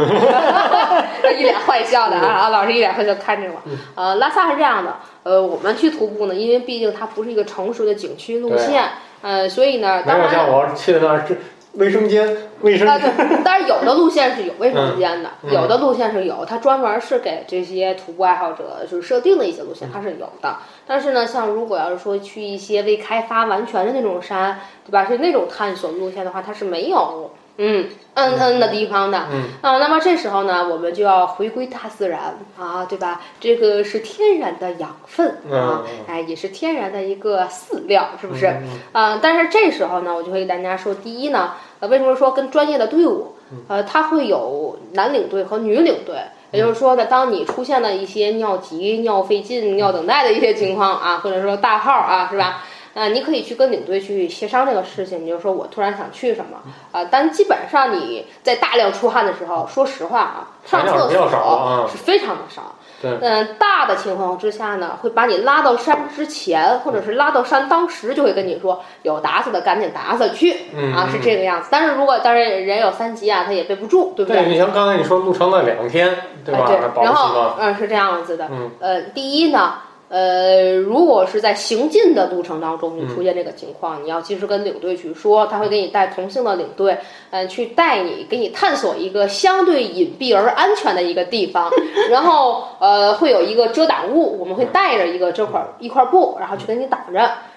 S4: 一脸坏笑的啊，
S3: 嗯
S4: 然后老师一脸坏笑看着我。呃，拉萨是这样的，呃，我们去徒步呢，因为毕竟它不是一个成熟的景区路线，呃，所以呢，
S3: 没
S4: 当
S3: 有像
S4: 然。
S3: 我去那儿这卫生间卫生
S4: 啊，
S3: 间，
S4: 对，但是有的路线是有卫生间的，
S3: 嗯嗯
S4: 有的路线是有，它专门是给这些徒步爱好者就是设定的一些路线，
S3: 嗯
S4: 它是有的。但是呢，像如果要是说去一些未开发完全的那种山，对吧？是那种探索路线的话，它是没有嗯嗯嗯的地方的。
S3: 嗯
S4: 啊，那么这时候呢，我们就要回归大自然啊，对吧？这个是天然的养分啊
S3: 嗯嗯，
S4: 哎，也是天然的一个饲料，是不是？
S3: 嗯嗯
S4: 呃，但是这时候呢，我就会给大家说，第一呢，呃，为什么说跟专业的队伍，
S3: 嗯
S4: 呃，它会有男领队和女领队。也就是说呢，当你出现了一些尿急、尿费尽、尿等待的一些情况啊，或者说大号啊，是吧？呃，你可以去跟领队去协商这个事情，你就说我突然想去什么
S3: 嗯
S4: 啊、但基本上你在大量出汗的时候，说实话啊，上
S3: 含量
S4: 厕
S3: 比较少啊
S4: 所是非常的少。
S3: 对
S4: 嗯，大的情况之下呢，会把你拉到山之前，或者是拉到山当时就会跟你说，有打扫的赶紧打扫去，
S3: 嗯
S4: 啊，是这个样子。但是如果当然人有三急啊，他也背不住，对不
S3: 对，你像刚才你说路程那两天，对吧？
S4: 哎
S3: 那保
S4: 然
S3: 不齐
S4: 后
S3: 吧，
S4: 嗯是这样子的，
S3: 嗯
S4: 呃，第一呢，呃，如果是在行进的路程当中你
S3: 嗯
S4: 出现这个情况，你要及时跟领队去说，他会给你带同性的领队，嗯、去带你给你探索一个相对隐蔽而安全的一个地 方，然后呃会有一个遮挡物，我们
S3: 嗯
S4: 会带着一个这块儿一块布，然后去给你挡着，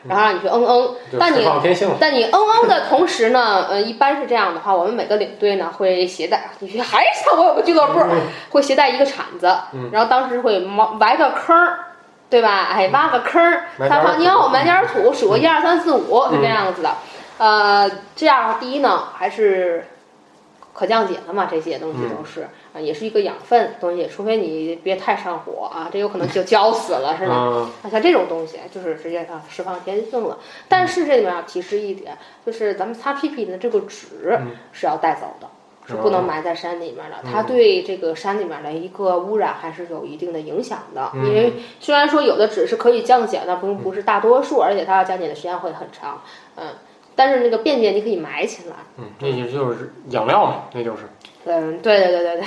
S4: 然后让你去嗯嗯，
S3: 就
S4: 但
S3: 释
S4: 你
S3: 放天性了。
S4: 但你嗯嗯的同时呢，呃，一般是这样的话，我们每个领队呢会携带，你去还是像我有个俱乐部，
S3: 嗯
S4: 会携带一个铲子，然后当时会埋埋个坑儿，对吧？哎，挖个坑儿，
S3: 埋嗯点
S4: 撒
S3: 儿
S4: 泡
S3: 土嗯
S4: 尿，埋点儿土，数个一二三四五，是这样子的。呃，这样第一呢，还是可降解的嘛，这些东西
S3: 嗯
S4: 都是啊、也是一个养分东西，除非你别太上火啊，这有可能就焦死了，是吧？
S3: 嗯，
S4: 那像这种东西，就是直接啊释放天性了。但是这里面要提示一点，就是咱们擦屁屁的这个纸
S3: 嗯
S4: 是要带走的，是不能埋在山里面的。它对这个山里面的一个污染还是有一定的影响的。因为虽然说有的纸是可以降解的，不不是大多数，而且它要降解的时间会很长。嗯，但是那个便便你可以埋起来。
S3: 嗯，那也就是养料嘛，那就是。
S4: 嗯，对对对对对，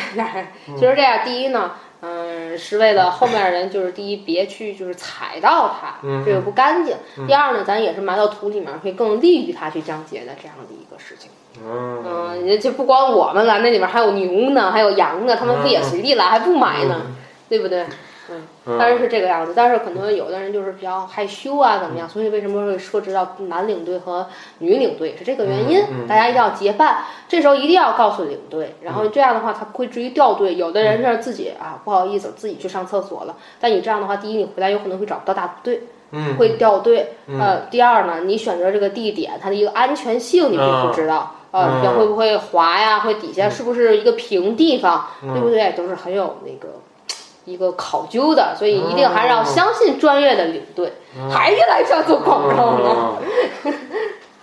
S3: 嗯
S4: 就是这样。第一呢，嗯，是为了后面人，就是第一别去就是踩到它，
S3: 嗯
S4: 这个不干净。第二呢，咱也是埋到土里面，会更利于它去降解的这样的一个事情。
S3: 嗯，
S4: 嗯，也就不光我们了，那里面还有牛呢，还有羊呢，他们不
S3: 嗯
S4: 也随地来，还不埋呢，对不对？嗯，
S3: 啊
S4: 当然是这个样子，但是可能有的人就是比较害羞啊，
S3: 嗯
S4: 怎么样？所以为什么会涉及到男领队和女领队是这个原因？
S3: 嗯嗯嗯
S4: 大家一定要结伴，这时候一定要告诉领队，然后这样的话他会至于掉队。有的人是自己啊不好意思自己去上厕所了，但你这样的话，第一你回来有可能会找不到大部队，
S3: 嗯
S4: 会掉队。
S3: 嗯
S4: 呃，第二呢，你选择这个地点，它的一个安全性你并不知道。
S3: 嗯
S4: 呃，也会不会滑呀？会底下是不是一个平地方，
S3: 嗯
S4: 对不对？都是很有那个一个考究的，所以一定还是
S3: 哦
S4: 要相信专业的领队。还是来像做广告呢？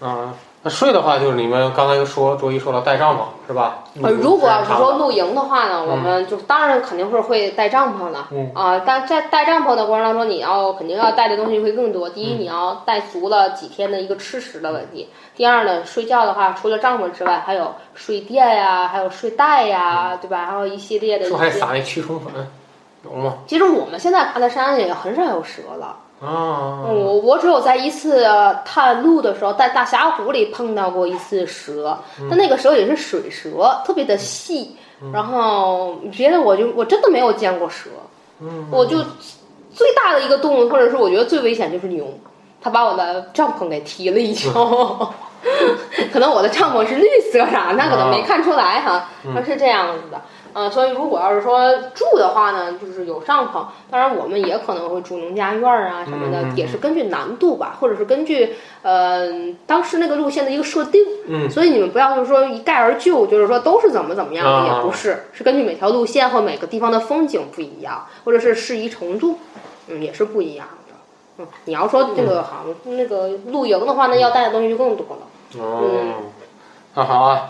S3: 嗯。啊，那睡的话就是你们刚才说卓一说了带帐篷是吧？
S4: 呃，如果要是说
S3: 嗯
S4: 露营的话呢，我们就当然肯定是会带帐篷的。
S3: 嗯
S4: 啊，但在带帐篷的过程当中，你要肯定要带的东西会更多。第一，
S3: 嗯
S4: 你要带足了几天的一个吃食的问题；第二呢，睡觉的话，除了帐篷之外，还有睡垫呀、还有睡袋呀、对吧？还有一系列的一
S3: 嗯说还
S4: 些。
S3: 撒那驱虫粉，有吗？
S4: 其实我们现在爬的山也很少有蛇了。
S3: 啊，
S4: 我嗯我只有在一次呃探路的时候，在大峡谷里碰到过一次蛇，但那个蛇也是水蛇，特别的细。然后别的我就我真的没有见过蛇，
S3: 嗯
S4: 我就最大的一个动物，或者是我觉得最危险就是牛，它把我的帐篷给踢了一跤。 可能我的帐篷是绿色的，那可能没看出来哈，它是这样子的。呃，所以如果要是说住的话呢，就是有帐篷，当然我们也可能会住农家院儿啊什么的，
S3: 嗯嗯嗯
S4: 也是根据难度吧，或者是根据呃当时那个路线的一个设定。
S3: 嗯
S4: 所以你们不要就是说一概而就，就是说都是怎么怎么样的，
S3: 啊
S4: 也不是，是根据每条路线和每个地方的风景不一样，或者是适宜程度，嗯，也是不一样的。嗯，你要说这个好像那个露营的话，那要带的东西就更多了。
S3: 哦，那好啊，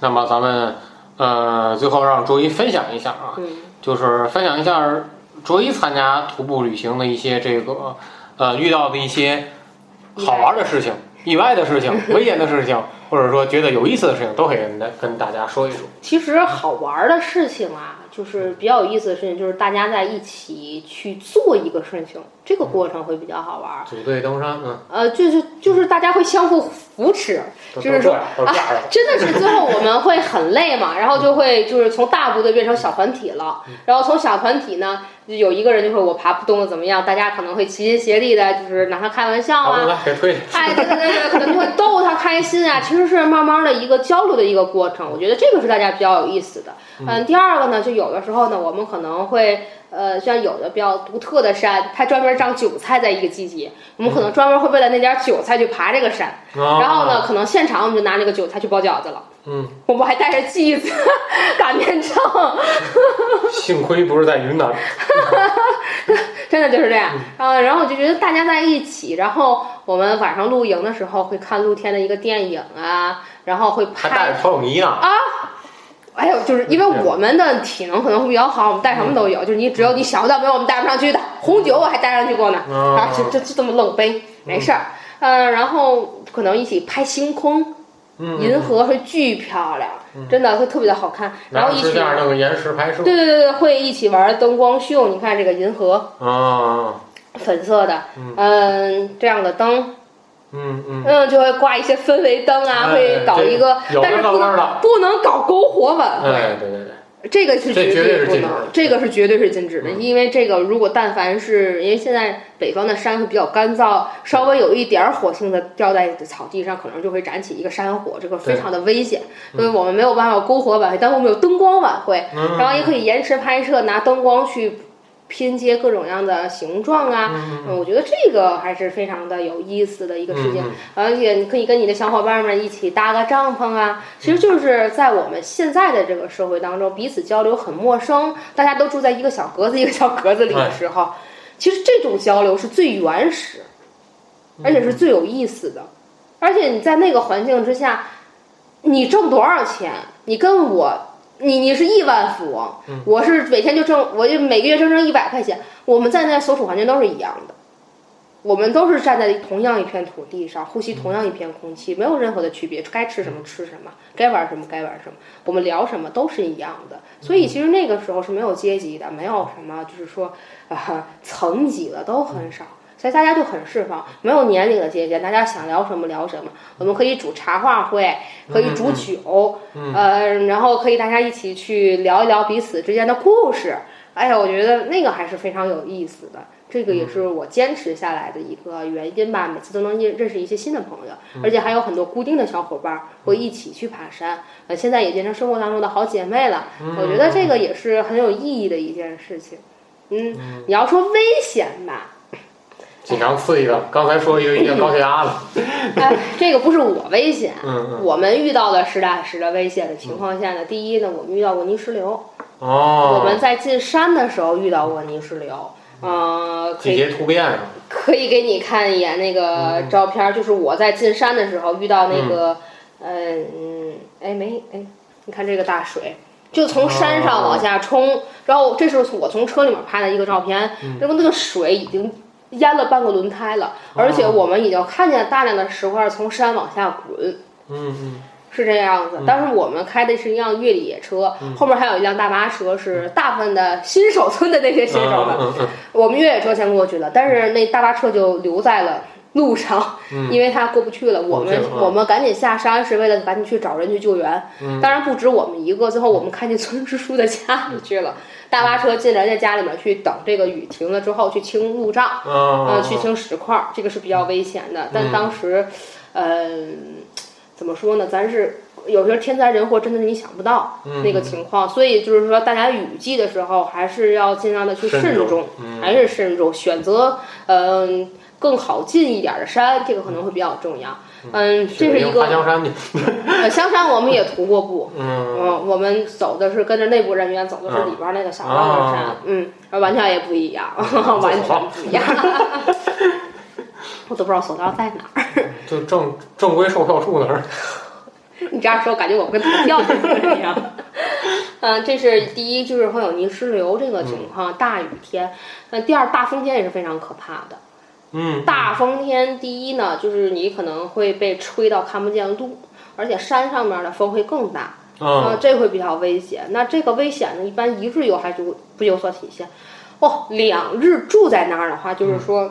S3: 那么咱们呃最后让卓一分享一下啊，
S4: 嗯
S3: 就是分享一下卓一参加徒步旅行的一些这个呃遇到的一些好玩的事情、意外的事情、危险的事情，或者说觉得有意思的事情，都可以来跟大家说一说。
S4: 其实好玩儿的事情啊，就是比较有意思的事情，就是大家在一起去做一个事情，这个过程会比较好玩儿。
S3: 组队登山，嗯，
S4: 呃，就是就是大家会相互扶持，
S3: 都
S4: 就
S3: 都
S4: 是
S3: 这
S4: 说
S3: 样，都这样了。
S4: 真的是最后我们会很累嘛，然后就会就是从大部队变成小团体了，然后从小团体呢，就有一个人就会我爬不动了怎么样，大家可能会齐心协力的，就是拿他开玩笑
S3: 好，
S4: 啊，
S3: 来给推去。
S4: 哎，对对对对，可能就会逗他开心啊，其实是慢慢的一个交流的一个过程，我觉得这个是大家比较有意思的。嗯，第二个呢，就有的时候呢，我们可能会。呃，像有的比较独特的山，它专门长韭菜在一个季节，我们可能专门会为了那点儿韭菜去爬这个山。 然
S3: 然
S4: 后呢，，可能现场我们就拿那个韭菜去包饺子了。
S3: 啊嗯，
S4: 我们还带着剂子、擀面杖，
S3: 幸亏不是在云南，
S4: 真的就是这样。啊，然后我就觉得大家在一起，然后我们晚上露营的时候会看露天的一个电影啊，然后会
S3: 还带
S4: 拍
S3: 着。投影仪呢。
S4: 啊还有哎就是因为
S3: 嗯
S4: 我们的体能可能会比较好，我们带什么都有，就是你只有你想不到没有我们带不上去的。红酒我还带上去过呢，
S3: 嗯
S4: 啊，就就就这么愣背，没事儿。呃，然后可能一起拍星空，
S3: 嗯，
S4: 银河会巨漂亮，真的会特别的好看。
S3: 嗯
S4: 然后一
S3: 支
S4: 起
S3: 架那个延时拍摄。
S4: 对对对对，会一起玩灯光秀。你看这个银河
S3: 啊，
S4: 粉色的，
S3: 嗯
S4: 嗯、这样的灯，
S3: 嗯嗯，
S4: 嗯，就会挂一些氛围灯啊，
S3: 哎
S4: 会搞一个，
S3: 这有的
S4: 但是不
S3: 上班
S4: 能
S3: 的
S4: 不能搞篝火晚会，
S3: 哎，对对对，
S4: 这个是
S3: 这
S4: 绝
S3: 绝对是
S4: 不
S3: 禁止
S4: 能
S3: 的，
S4: 这个是绝对是禁止的，
S3: 嗯
S4: 因为这个如果但凡是因为现在北方的山会比较干燥，稍微有一点儿火性的掉在草地上，可能就会燃起一个山火，这个非常的危险，所以我们没有办法有篝火晚会，但是我们有灯光晚会，
S3: 嗯
S4: 然后也可以延迟拍摄，拿灯光去拼接各种样的形状啊。
S3: 嗯
S4: 嗯，我觉得这个还是非常的有意思的一个事情，
S3: 嗯
S4: 而且呃你可以跟你的小伙伴们一起搭个帐篷啊。其实就是在我们现在的这个社会当中，彼此交流很陌生，大家都住在一个小格子一个小格子里的时候，其实这种交流是最原始，而且是最有意思的。而且你在那个环境之下，你挣多少钱？你跟我，你你是亿万富翁，我是每天就挣，我就每个月挣挣一百块钱。我们在那所处环境都是一样的，我们都是站在同样一片土地上，呼吸同样一片空气，没有任何的区别。该吃什么吃什么，该玩什么该玩什么，我们聊什么都是一样的。所以其实那个时候是没有阶级的，没有什么就是说啊、层级的都很少。所以大家就很释放，没有年龄的界限，大家想聊什么聊什么。我们可以煮茶话会，可以煮酒，呃，然后可以大家一起去聊一聊彼此之间的故事。哎呀，我觉得那个还是非常有意思的，这
S3: 嗯
S4: 个也是我坚持下来的一个原因吧。每次都能认认识一些新的朋友，
S3: 嗯
S4: 而且还有很多固定的小伙伴儿会一起去爬山。呃，现在也变成生活当中的好姐妹了，
S3: 嗯
S4: 我觉得这个也是很有意义的一件事情。嗯，你要说危险吧，
S3: 紧张刺激的，刚才说有一点高血压了。
S4: 哎，这个不是我危险，
S3: 嗯嗯。
S4: 我们遇到的实打实的危险的情况下呢，第一呢，我们遇到过泥石流，
S3: 哦。嗯
S4: 我们在进山的时候遇到过泥石流。呃，可
S3: 季
S4: 以
S3: 节突变啊。
S4: 可以给你看一眼那个照片儿，就是我在进山的时候遇到那个，嗯嗯，哎没哎，你看这个大水，就从山上往下冲，然后这是我从车里面拍的一个照片，然后那个水已经淹了半个轮胎了，而且我们已经看见大量的石块从山往下滚，
S3: 嗯嗯。
S4: 是这样子，当时我们开的是一辆越野车，后面还有一辆大巴车，是大部分的新手村的那些新手们。
S3: 嗯嗯
S4: 我们越野车先过去了，但是那大巴车就留在了路上，
S3: 嗯
S4: 因为它过不去了。我
S3: 过不去
S4: 们
S3: 了啊
S4: 我们赶紧下山，是为了赶紧去找人去救援。
S3: 嗯
S4: 当然不止我们一个，最后我们开进村支书的家里去了，
S3: 嗯
S4: 大巴车进人家家里面去，等这个雨停了之后去清路障。
S3: 嗯。啊
S4: 呃，去清石块儿，这个是比较危险的。但当时，嗯、怎么说呢？咱是有时候天灾人祸真的是你想不到
S3: 嗯
S4: 那个情况，所以就是说，大家雨季的时候还是要尽量的去
S3: 慎
S4: 慎
S3: 重嗯
S4: 重，还是慎重，选择嗯、更好进一点的山，这个可能会比较重要。嗯，这是一
S3: 爬
S4: 个
S3: 江山去。
S4: 呃，香山我们也徒过步，
S3: 嗯。
S4: 嗯，我们走的是跟着内部人员走的是里边那个小道上山
S3: 啊，嗯
S4: 嗯，完全也不一样， 完全不一样。 我都不知道索道在哪儿，
S3: 就正正规售票处那儿。
S4: 你这样说，感觉我跟投票一样。嗯，这是第一，就是会有泥石流这个情况，大雨天。那第二，大风天也是非常可怕的。
S3: 嗯，
S4: 大风天，第一呢，就是你可能会被吹到看不见路，而且山上面的风会更大，啊，
S3: 嗯，
S4: 这会比较危险。那这个危险呢，一般一日游还就不有所体现。哦，两日住在那儿的话，
S3: 嗯
S4: 就是说，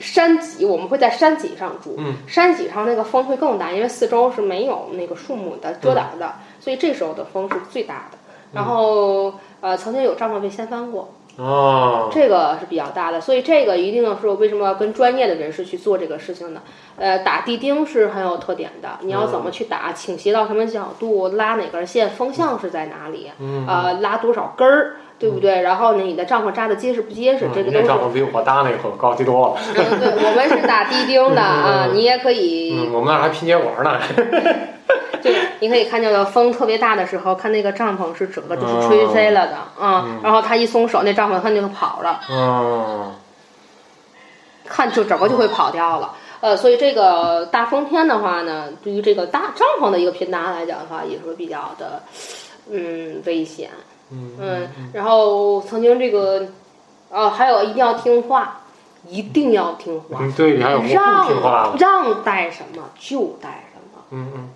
S4: 山脊我们会在山脊上住，
S3: 嗯
S4: 山脊上那个风会更大，因为四周是没有那个树木的
S3: 嗯
S4: 遮挡的，所以这时候的风是最大的。然后，呃，曾经有帐篷被掀翻过，
S3: 哦，
S4: 这个是比较大的，所以这个一定是为什么要跟专业的人士去做这个事情的。呃，打地钉是很有特点的，你要怎么去打，倾斜到什么角度，拉哪根线，风向是在哪里，
S3: 嗯，
S4: 呃，拉多少根儿，对不对？然后呢，你的帐篷扎的结实不结实，这个
S3: 你
S4: 都
S3: 那
S4: 是。
S3: 帐篷比我搭那可高级多了。
S4: 嗯，对，我们是打地 钉的啊，你也可以，
S3: 嗯，我们那儿还拼接管呢。
S4: 就是你可以看见到风特别大的时候，看那个帐篷是整个就是
S3: 嗯
S4: 吹飞了的啊，然后它一松手，那帐篷它就跑了。
S3: 嗯
S4: 看就整个就会跑掉了。呃，所以这个大风天的话呢，对于这个大帐篷的一个拼搭来讲的话，也是比较的，嗯，危险。
S3: 嗯
S4: 嗯，然后曾经这个，哦，还有一定要听话，一定要听话，
S3: 嗯，对，你还有蘑菇听话
S4: 让
S3: 了。
S4: 让带什么就带什么。
S3: 嗯嗯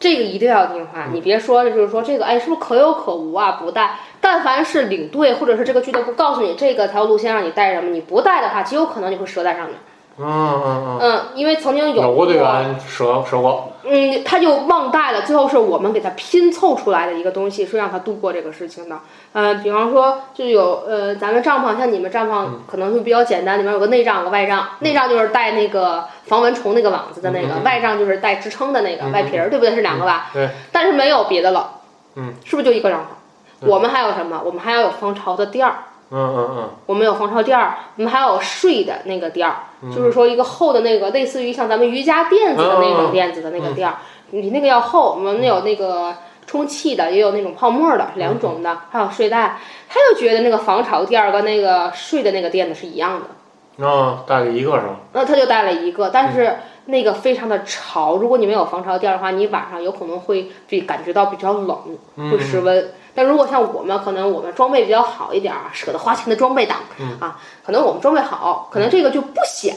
S4: 这个一定要听话，你别说就是说这个，哎，是不是可有可无啊？不带，但凡是领队或者是这个俱乐部告诉你这个条路线让你带什么，你不带的话，极有可能你会折在上面。
S3: 嗯嗯
S4: 嗯，因为曾经
S3: 嗯，
S4: 有
S3: 有过
S4: 过
S3: 队，员折折过。
S4: 嗯，他就忘带了，最后是我们给他拼凑出来的一个东西，是让他度过这个事情的。呃，比方说就有呃，咱们帐篷像你们帐篷
S3: 嗯
S4: 可能就比较简单，里面有个内帐有个外帐，内帐就是带那个防蚊虫那个网子的那个，
S3: 嗯嗯嗯
S4: 外帐就是带支撑的那个、
S3: 嗯嗯
S4: 外皮儿，对不对？是两个吧？
S3: 对，
S4: 但是没有别的了，
S3: 嗯，
S4: 是不是就一个帐篷？
S3: 对
S4: 我们还有什么？我们还要有防潮的垫儿。
S3: 嗯嗯
S4: 我们有防潮垫儿，我们还有睡的那个垫儿，
S3: 嗯
S4: 就是说一个厚的那个，类似于像咱们瑜伽垫子的那种垫子的那个垫儿，你那个要厚。我们有那个充气的，也有那种泡沫的，两种的，还有睡袋。他就觉得那个防潮垫儿跟那个睡的那个垫子是一样的，
S3: 嗯，啊，带了一个是吧？
S4: 那他就带了一个，但是那个非常的潮。如果你没有防潮垫儿的话，你晚上有可能会比感觉到比较冷，
S3: 嗯
S4: 会失温。但如果像我们，可能我们装备比较好一点儿，舍得花钱的装备党、啊，可能我们装备好，可能这个就不显。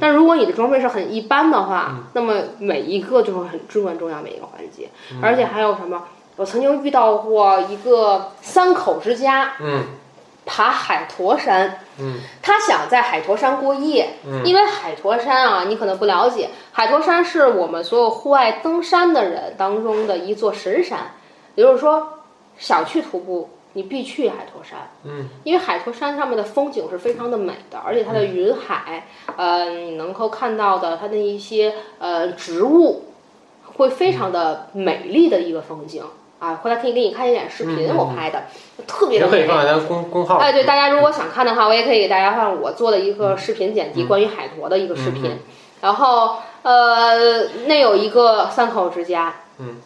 S4: 但如果你的装备是很一般的话，那么每一个就会很至关重要每一个环节，而且还有什么？我曾经遇到过一个三口之家
S3: 嗯
S4: 爬海坨山，
S3: 嗯
S4: 他想在海坨山过夜，
S3: 嗯
S4: 因为海坨山啊，你可能不了解，海坨山是我们所有户外登山的人当中的一座神山，也就是说，想去徒步，你必去海坨山，
S3: 嗯
S4: 因为海坨山上面的风景是非常的美的，而且它的云海，呃，你能够看到的它的一些呃植物，会非常的美丽的一个风景啊。回来可以给你看一点视频，
S3: 嗯嗯
S4: 我拍的，特别
S3: 也
S4: 的
S3: 可
S4: 美
S3: 以。放在咱公公号。
S4: 哎，对，大家如果想看的话，我也可以给大家放我做的一个视频剪辑，关于海坨的一个视频。
S3: 嗯嗯
S4: 然后，呃，那有一个三口之家，
S3: 嗯，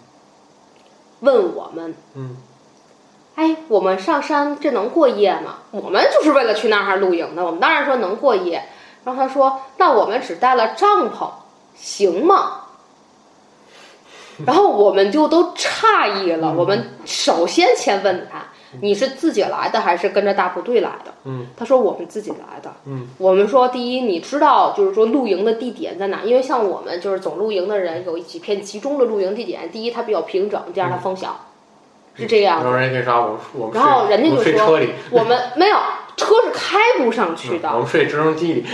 S4: 问我们，
S3: 嗯
S4: 哎，我们上山这能过夜吗？我们就是为了去那儿露营的，我们当然说能过夜。然后他说，那我们只带了帐篷，行吗？然后我们就都诧异了。我们首先先问他，你是自己来的还是跟着大部队来的？
S3: 嗯
S4: 他说我们自己来的。
S3: 嗯，
S4: 我们说第一，你知道就是说露营的地点在哪？因为像我们就是总露营的人，有几片集中的露营地点。第一，它比较平整；第二，它风小，是这样
S3: 然
S4: 的。
S3: 后人家可以说我我们
S4: 然后人家就
S3: 睡
S4: 说
S3: 车里，嗯
S4: 我们没有车是开不上去
S3: 我
S4: 的，
S3: 们睡直升机里。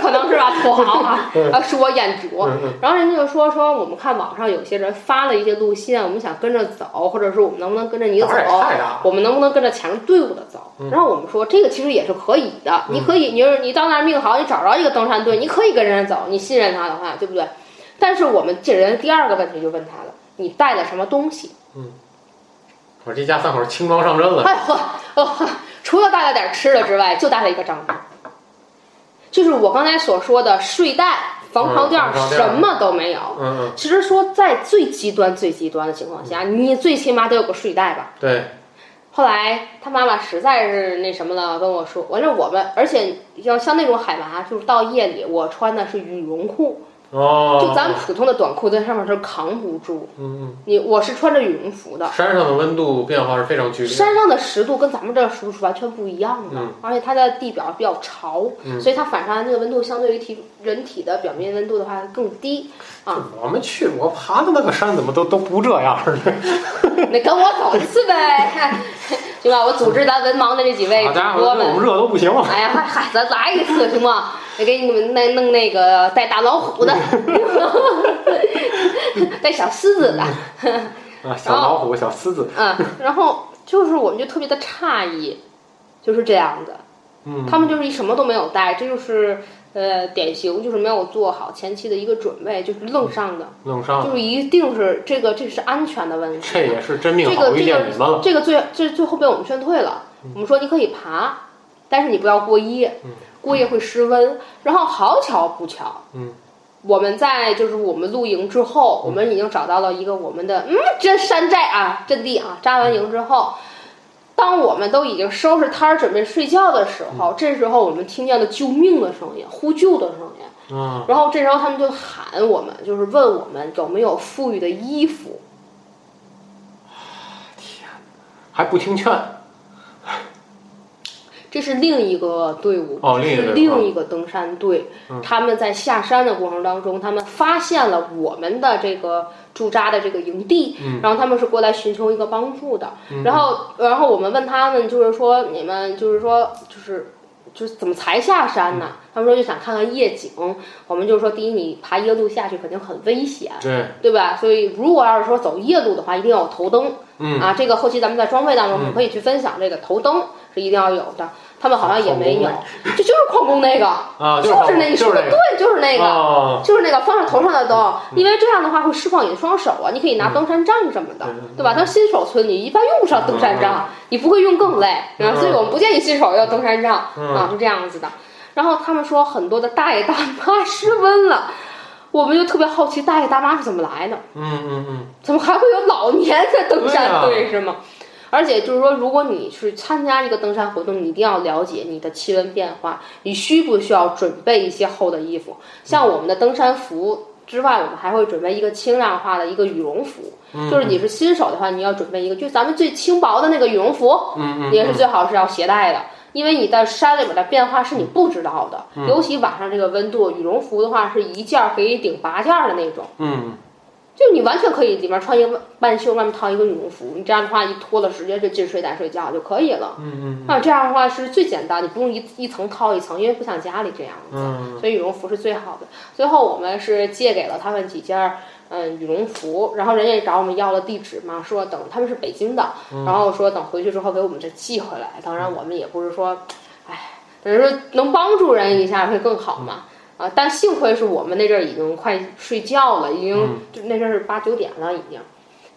S4: 可能是吧，土豪啊，啊是我眼拙。
S3: 嗯嗯
S4: 然后人家就说说我们看网上有些人发了一些路线，我们想跟着走，或者是我们能不能跟着你走
S3: 胆儿也太大了，
S4: 我们能不能跟着前面队伍的走？
S3: 嗯
S4: 然后我们说这个其实也是可以的，你可以，你就是你到那儿命好，你找着一个登山队，你可以跟人家走，你信任他的话，对不对？但是我们这人第二个问题就问他了，你带了什么东西？
S3: 我这家三口轻装上阵了。
S4: 哎呵，哦呵，除了带了点吃的之外，就带了一个帐篷，就是我刚才所说的睡袋、防潮垫儿
S3: 嗯防潮，垫儿
S4: 什么都没有。
S3: 嗯嗯，
S4: 其实说在最极端、最极端的情况下，你最起码得有个睡袋吧。
S3: 对，
S4: 后来他妈妈实在是那什么了，跟我说，完了我们，而且要像那种海拔，就是到夜里，我穿的是羽绒裤，
S3: 哦，
S4: 就咱普通的短裤在上面是扛不住。
S3: 嗯，
S4: 你我是穿着羽绒服的
S3: 嗯，山上的温度变化是非常剧烈。
S4: 山上的湿度跟咱们这儿湿度是完全不一样的，
S3: 嗯
S4: 而且它的地表比较潮，
S3: 嗯
S4: 所以它反射那个温度相对于体人体的表面温度的话更低。 啊，
S3: 我们去我爬的那个山怎么都都不这样儿呢？
S4: 那跟我走一次呗， 行吧？我组织咱文盲的这几位
S3: 好
S4: 主
S3: 家伙，
S4: 播
S3: 那我们
S4: 们。
S3: 热都不行了。
S4: 哎呀，嗨嗨，咱来一次行吗？我给你们弄弄那个带大老虎的， 带小狮子的，
S3: 啊，小老虎、小狮子，
S4: 嗯，然后就是我们就特别的诧异，就是这样的。
S3: 嗯，
S4: 他们就是一什么都没有带，这就是呃典型，就是没有做好前期的一个准备，就是愣上的，
S3: 弄伤
S4: 就
S3: 了，
S4: 是一定是这个这是安全的问题。
S3: 这也是真命
S4: 这
S3: 好
S4: 个
S3: 遇
S4: 这
S3: 见你们
S4: 个
S3: 了。
S4: 这个最最最后被我们劝退了，我们说你可以爬，但是你不要过夜，
S3: 嗯
S4: 过夜会失温。然后好巧不巧，
S3: 嗯
S4: 我们在就是我们露营之后，我们已经找到了一个我们的嗯这山寨啊阵地啊，扎完营之后。当我们都已经收拾摊儿准备睡觉的时
S3: 嗯
S4: 候，这时候我们听见了救命的声音、呼救的声音，
S3: 嗯
S4: 然后这时候他们就喊我们，就是问我们有没有富裕的衣服。
S3: 还不听劝，
S4: 这是另一个队伍，
S3: 哦
S4: 这
S3: 另一个
S4: 是
S3: 队伍嗯
S4: 另一个登山队。他们在下山的过程当中，他们发现了我们的这个驻扎的这个营地，
S3: 嗯
S4: 然后他们是过来寻求一个帮助的。然后，然后我们问他们，就是说你们就是说就是。就是怎么才下山
S3: 嗯
S4: 呢？他们说就想看看夜景。我们就说，第一，你爬夜路下去肯定很危险，
S3: 对，
S4: 对吧？所以如果要是说走夜路的话，一定要有头灯。
S3: 嗯，
S4: 啊，这个后期咱们在装备当中，我们可以去分享这个头灯是一定要有的。他们好像也没有
S3: 啊矿，
S4: 这就是矿工那个，
S3: 啊，
S4: 就是那一
S3: 就是
S4: 说的，
S3: 那个，
S4: 对，就是那个，
S3: 啊，嗯
S4: 就是那个放上头上的灯，因为这样的话会释放你的双手啊，你可以拿登山杖什么的
S3: 对对，
S4: 对吧？但新手村你一般用不上登山杖，你不会用更累，啊，
S3: 嗯
S4: 所以我们不建议新手要登山杖
S3: 嗯
S4: 啊，是这样子的。然后他们说很多的大爷大妈失温了，我们就特别好奇大爷大妈是怎么来的。
S3: 嗯嗯嗯，
S4: 怎么还会有老年的登山
S3: 对
S4: 队、是吗？而且就是说，如果你是参加一个登山活动，你一定要了解你的气温变化，你需不需要准备一些厚的衣服？
S3: 嗯
S4: 像我们的登山服之外，我们还会准备一个轻量化的一个羽绒服。
S3: 嗯
S4: 就是你是新手的话，你要准备一个，就咱们最轻薄的那个羽绒服，
S3: 嗯嗯，
S4: 也是最好是要携带的，因为你在山里边的变化是你不知道的，
S3: 嗯
S4: 尤其晚上这个温度，羽绒服的话是一件儿可以顶八件儿的那种。
S3: 嗯，
S4: 就你完全可以里面穿一个半袖，外面套一个羽绒服，你这样的话一脱了，直接就进睡袋睡觉就可以了。啊
S3: 嗯嗯
S4: 那这样的话是最简单，你不用一一层套一层，因为不像家里这样子，
S3: 嗯
S4: 所以羽绒服是最好的。最后我们是借给了他们几件儿嗯羽绒服，然后人家也找我们要了地址嘛，说等他们是北京的，然后说等回去之后给我们再寄回来。当然我们也不是说，哎，只是说能帮助人一下会更好嘛。啊，但幸亏是我们那阵儿已经快睡觉了，已经、就那阵儿是八九点了已经，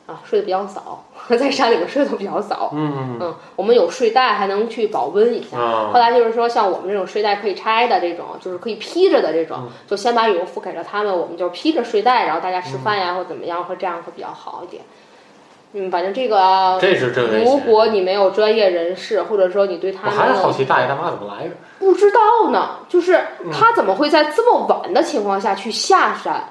S4: 啊，睡得比较早， 在山里边睡得比较早。
S3: 嗯
S4: 嗯，我们有睡袋，还能去保温一下。
S3: 啊
S4: 后来就是说，像我们这种睡袋可以拆的这种，就是可以披着的这
S3: 嗯
S4: 种，就先把羽绒服给了他们，我们就披着睡袋，然后大家吃
S3: 嗯
S4: 饭呀、或怎么样，会这样会比较好一点。嗯，反正这个，
S3: 这是真危
S4: 如
S3: 险。
S4: 果你没有专业人士，或者说你对他
S3: 我还是
S4: 们
S3: 好嗯奇大爷大妈怎么来的。
S4: 不知道呢，就是他怎么会在这么晚的情况下去下山？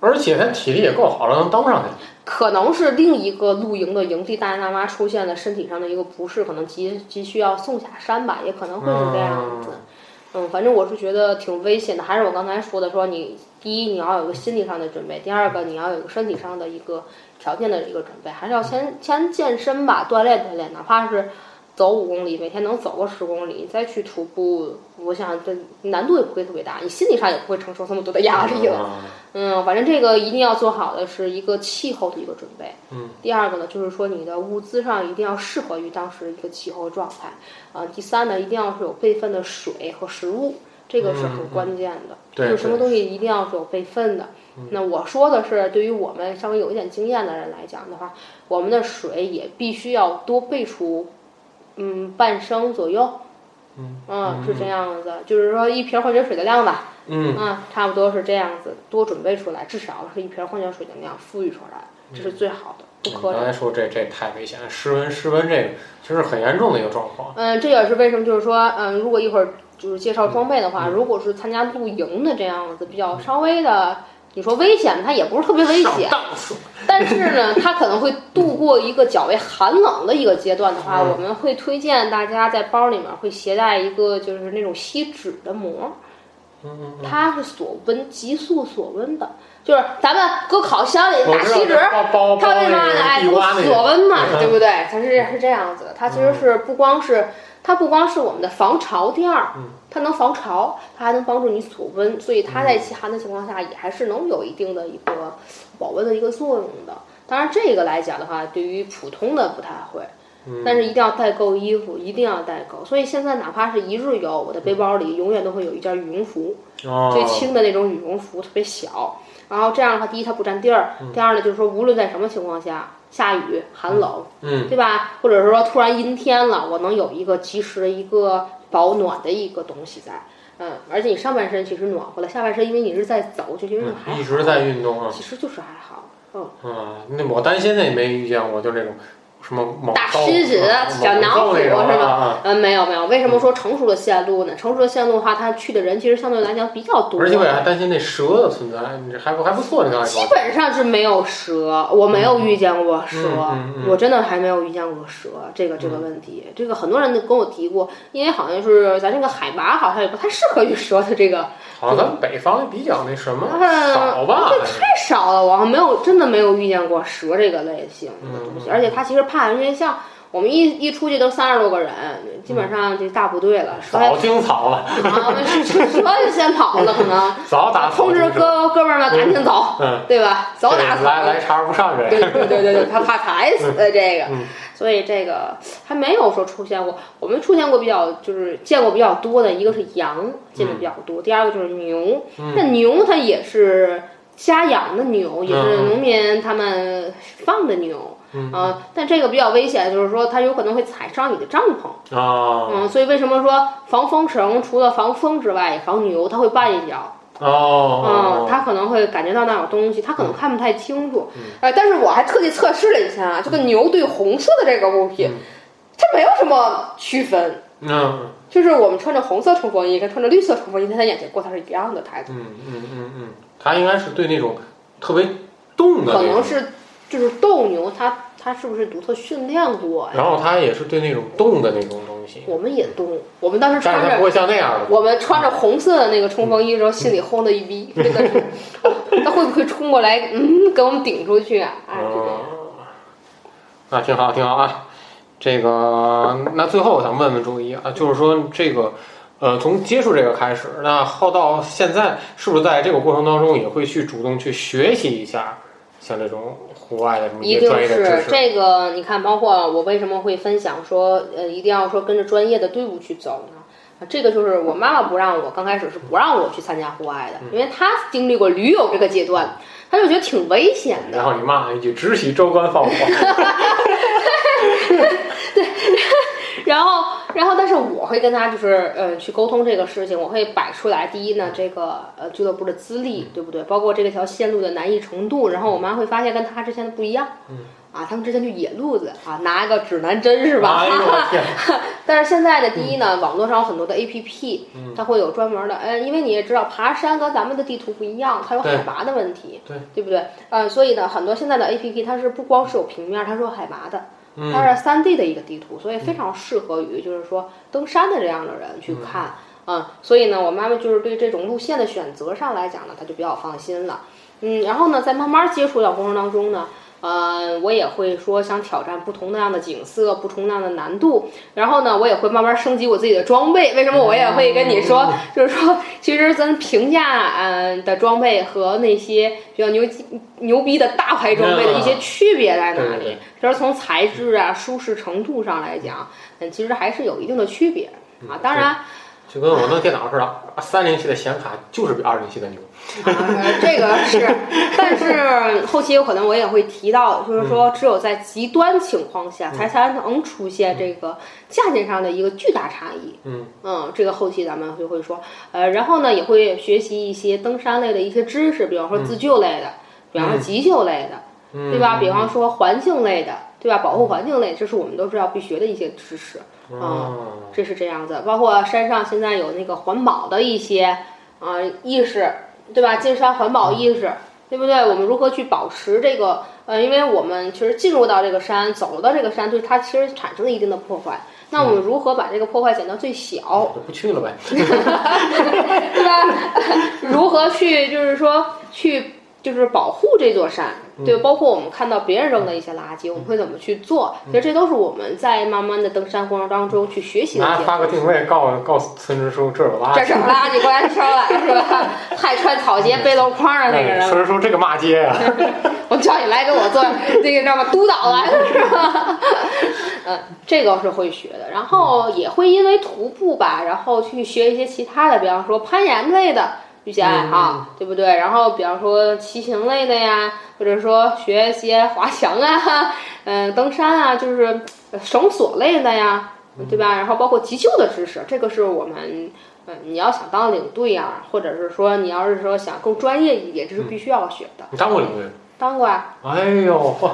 S3: 而且他体力也够好了，能登上去。
S4: 可能是另一个露营的营地大爷大妈出现了身体上的一个不适，可能急急需要送下山吧，也可能会是这样子。嗯，反正我是觉得挺危险的。还是我刚才说的，说你第一你要有一个心理上的准备，第二个你要有一个身体上的一个条件的一个准备，还是要先先健身吧，锻炼锻炼，哪怕是走五公里，每天能走个十公里，你再去徒步，我想这难度也不会特别大，你心理上也不会承受这么多的压力了。
S3: 啊
S4: 嗯，反正这个一定要做好的是一个气候的一个准备。
S3: 嗯，
S4: 第二个呢，就是说你的物资上一定要适合于当时一个气候状态。啊、第三呢，一定要是有备份的水和食物，这个是很关键的。
S3: 嗯对嗯
S4: 就什么东西一定要是有备份的。那我说的是，对于我们稍微有一点经验的人来讲的话，我们的水也必须要多备出，嗯，半升左右。
S3: 嗯
S4: 是这样子，就是说一瓶矿泉水的量吧。
S3: 嗯
S4: 啊，差不多是这样子，多准备出来，至少是一瓶矿泉水的量富裕出来，这是最好的，不
S3: 你
S4: 可
S3: 刚
S4: 以。
S3: 才说这这太危险了，失温失温这个其实很严重的一个状况。
S4: 嗯，这也是为什么，就是说，嗯，如果一会儿就是介绍装备的话，如果是参加露营的这样子，比较稍微的你说危险，它也不是特别危
S3: 上
S4: 险，
S3: 档次，
S4: 但是呢，它可能会度过一个较为寒冷的一个阶段的话，
S3: 嗯
S4: 我们会推荐大家在包里面会携带一个就是那种吸脂的膜，
S3: 嗯嗯
S4: 它是锁温，急速锁温的，就是咱们搁烤箱里
S3: 嗯，我
S4: 打
S3: 知道
S4: 锡纸，
S3: 包包
S4: 它
S3: 包
S4: 为嘛呢？哎，
S3: 那个
S4: 它
S3: 地
S4: 不
S3: 瓜那
S4: 锁
S3: 个，
S4: 温嘛，
S3: 嗯
S4: 对不对？它是是这样子的，它其实是不光是。它不光是我们的防潮垫儿
S3: 嗯，
S4: 它能防潮，它还能帮助你锁温，所以它
S3: 嗯
S4: 在极寒的情况下也还是能有一定的一个保温的一个作用的。当然，这个来讲的话，对于普通的不太会，但
S3: 嗯，
S4: 是一定要带够衣服，一定要带够。所以现在哪怕是一日游，我的背包里永远都会有一件羽绒服，最
S3: 哦，
S4: 轻的那种羽绒服，特别小。然后这样的话，第一它不占地儿，第二呢就是说，无论在什么情况下，下雨、寒冷，
S3: 嗯嗯，
S4: 对吧？或者是说突然阴天了，我能有一个及时的一个保暖的一个东西在。嗯，而且你上半身其实暖和了，下半身因为你是在走，就觉得还好
S3: 嗯一直在运动啊，
S4: 其实就是还好。嗯，
S3: 嗯，那我担心那也没遇见过，就那种什么猛
S4: 大
S3: 兽
S4: 狮子
S3: 啊猛
S4: 小老
S3: 兽那种
S4: 虎是吧
S3: 啊，
S4: 呃，没有没有，为什么
S3: 嗯
S4: 说成熟的线路呢？成熟的线路的话，它去的人其实相对来讲比较
S3: 啊
S4: 多，
S3: 而且我也还担心那蛇的存在，你这还不还不错，你刚才
S4: 基
S3: 说，
S4: 本上是没有蛇，我没有遇见过蛇，
S3: 嗯嗯嗯
S4: 我真的还没有遇见过蛇这个这个问题。这个很多人都跟我提过，因为好像是咱这个海拔好像也不太适合于蛇的这个，
S3: 好像咱们北方比较那什么
S4: 嗯
S3: 少吧，还是
S4: 太少了，我好像没有真的没有遇见过蛇这个类型的东
S3: 嗯
S4: 西。
S3: 嗯
S4: 而且它其实怕，因为像我们一一出去都三十多个人，基本上这大部队了，哎蛇
S3: 早惊草了，
S4: 啊，蛇就先跑 了，可能
S3: 早打草
S4: 通知
S3: 惊蛇，
S4: 哥哥们儿们赶紧走，
S3: 嗯，
S4: 对吧？早打
S3: 这
S4: 死。
S3: 来来茬儿不上
S4: 对
S3: 人，
S4: 对对对对，他怕踩死的这个，
S3: 嗯
S4: 所以这个还没有说出现过。我们出现过比较就是见过比较多的，一个是羊见的比较多，第二个就是牛。那、
S3: 嗯
S4: 牛它也是家养的牛，也是
S3: 嗯
S4: 农民他们放的牛啊、
S3: 嗯
S4: 但这个比较危险，就是说它有可能会踩伤你的帐篷。
S3: 啊
S4: 嗯，所以为什么说防风绳除了防风之外，也防牛，它会绊一脚。嗯，
S3: 哦，嗯
S4: 他可能会感觉到那有东西，他可能看不太清楚。哎，但是我还特地测试了一下啊，这个牛对红色的这个物品，
S3: 嗯
S4: 它没有什么区分，
S3: 嗯
S4: 就是我们穿着红色冲锋衣跟穿着绿色冲锋衣，在他眼前过，它是一样的态度，
S3: 嗯嗯嗯嗯，他应该是对那种特别动的
S4: 可
S3: 那
S4: 能
S3: 种，
S4: 是就是斗牛，它它是不是独特训练过呀？
S3: 然后他也是对那种动的那种东西，
S4: 我们也动，我们当时
S3: 嗯但
S4: 穿
S3: 是他
S4: 着
S3: 不。会像那样的。
S4: 我们穿着红色的那个冲锋衣的时候，心里轰的一逼，真的 是，他会不会冲过来，嗯，给我们顶出去啊？哎，就这样。
S3: 哦，啊，挺好，挺好啊。这个，那最后我想问问朱一啊，就是说这个，呃，从接触这个开始，那后到现在，是不是在这个过程当中也会去主动去学习一下，像这种户外的这么
S4: 一
S3: 些
S4: 定
S3: 专业的知
S4: 是
S3: 识？
S4: 这个，你看，包括我为什么会分享说，呃，一定要说跟着专业的队伍去走呢？啊这个就是我妈妈不让我，刚开始是不让我去参加户外
S3: 嗯
S4: 的，因为她经历过驴友这个阶段，她就觉得挺危险的。
S3: 然后你骂了一句“只许州官放火
S4: 然后，然后，但是我会跟他就是，呃，去沟通这个事情，我会摆出来。第一呢，这个呃俱乐部的资
S3: 嗯
S4: 历，对不对？包括这个条线路的难易程度。然后我妈会发现跟他之前的不一样，
S3: 嗯，
S4: 啊，他们之前就野路子啊，拿一个指南 针”，是吧？
S3: 哎呦我天！
S4: 但是现在呢，第一呢，网络上有很多的 APP，
S3: 嗯
S4: 它会有专门的，呃，因为你也知道，爬山跟咱们的地图不一样，它有
S3: 对
S4: 海拔的问题，
S3: 对
S4: 不对？呃，所以呢，很多现在的 APP 它是不光是有平面，它是有海拔的，
S3: 嗯，
S4: 它是三 D 的一个地图，所以非常适合于就是说登山的这样的人去看。嗯，所以呢，我妈妈就是对这种路线的选择上来讲呢，她就比较放心了。嗯，然后呢，在慢慢接触的过程当中呢，呃，我也会说想挑战不同那样的景色，不同那样的难度。然后呢，我也会慢慢升级我自己的装备。为什么我也会跟你说，就是说，其实咱评价嗯、呃的装备和那些比较牛鸡牛逼的大牌装备的一些区别在哪里？
S3: 对对对
S4: 其实从材质啊、舒适程度上来讲，嗯，其实还是有一定的区别
S3: 嗯
S4: 啊。当然，
S3: 就跟我弄电脑似的，三零系的显卡就是比二零系的牛。
S4: 啊，这个是， 但是后期有可能我也会提到，就是说
S3: 嗯
S4: 只有在极端情况下才才能出现这个价钱上的一个巨大差异。
S3: 嗯
S4: 嗯，这个后期咱们就会说，呃，然后呢也会学习一些登山类的一些知识，比方说自救类的，比方说急救类的，
S3: 嗯，
S4: 对吧？比方说环境类的，对吧？保护环境类，这是我们都是要必学的一些知识。
S3: 哦，
S4: 这是这样子。包括山上现在有那个环保的一些啊、呃意识，对吧？进山环保意识，对不对？我们如何去保持这个？呃，因为我们其实进入到这个山，走到这个山，对它其实产生了一定的破坏。那
S3: 嗯
S4: 我们如何把这个破坏减到最小？
S3: 就不去了呗。
S4: 对吧？ 如何去就是说去就是保护这座山，
S3: 嗯
S4: 对，包括我们看到别人扔的一些垃圾，我们会怎么去做？其实这都是我们在慢慢的登山过程当中去学习的一
S3: 拿
S4: 些。
S3: 发个定位告告诉村支书这有垃
S4: 这
S3: 圾。
S4: 什么垃圾？过来收来是吧？ 还穿草鞋背篓筐的那个
S3: 哎
S4: 人，
S3: 村支书这个骂街啊呀、
S4: 我叫你来给我做那个叫什么督导来了是吧？嗯，这个是会学的，然后也会因为徒步吧，然后去学一些其他的，比方说攀岩类的一些爱好，对不对？然后比方说骑行类的呀，或者说学一些滑翔啊，嗯、登山啊，就是呃绳索类的呀，对吧？然后包括急救的知识，这个是我们。嗯，你要想当领队啊，或者是说你要是说想更专业一点，这是必须要学的。
S3: 你当过领队吗？
S4: 当啊官
S3: 哎呦， 哇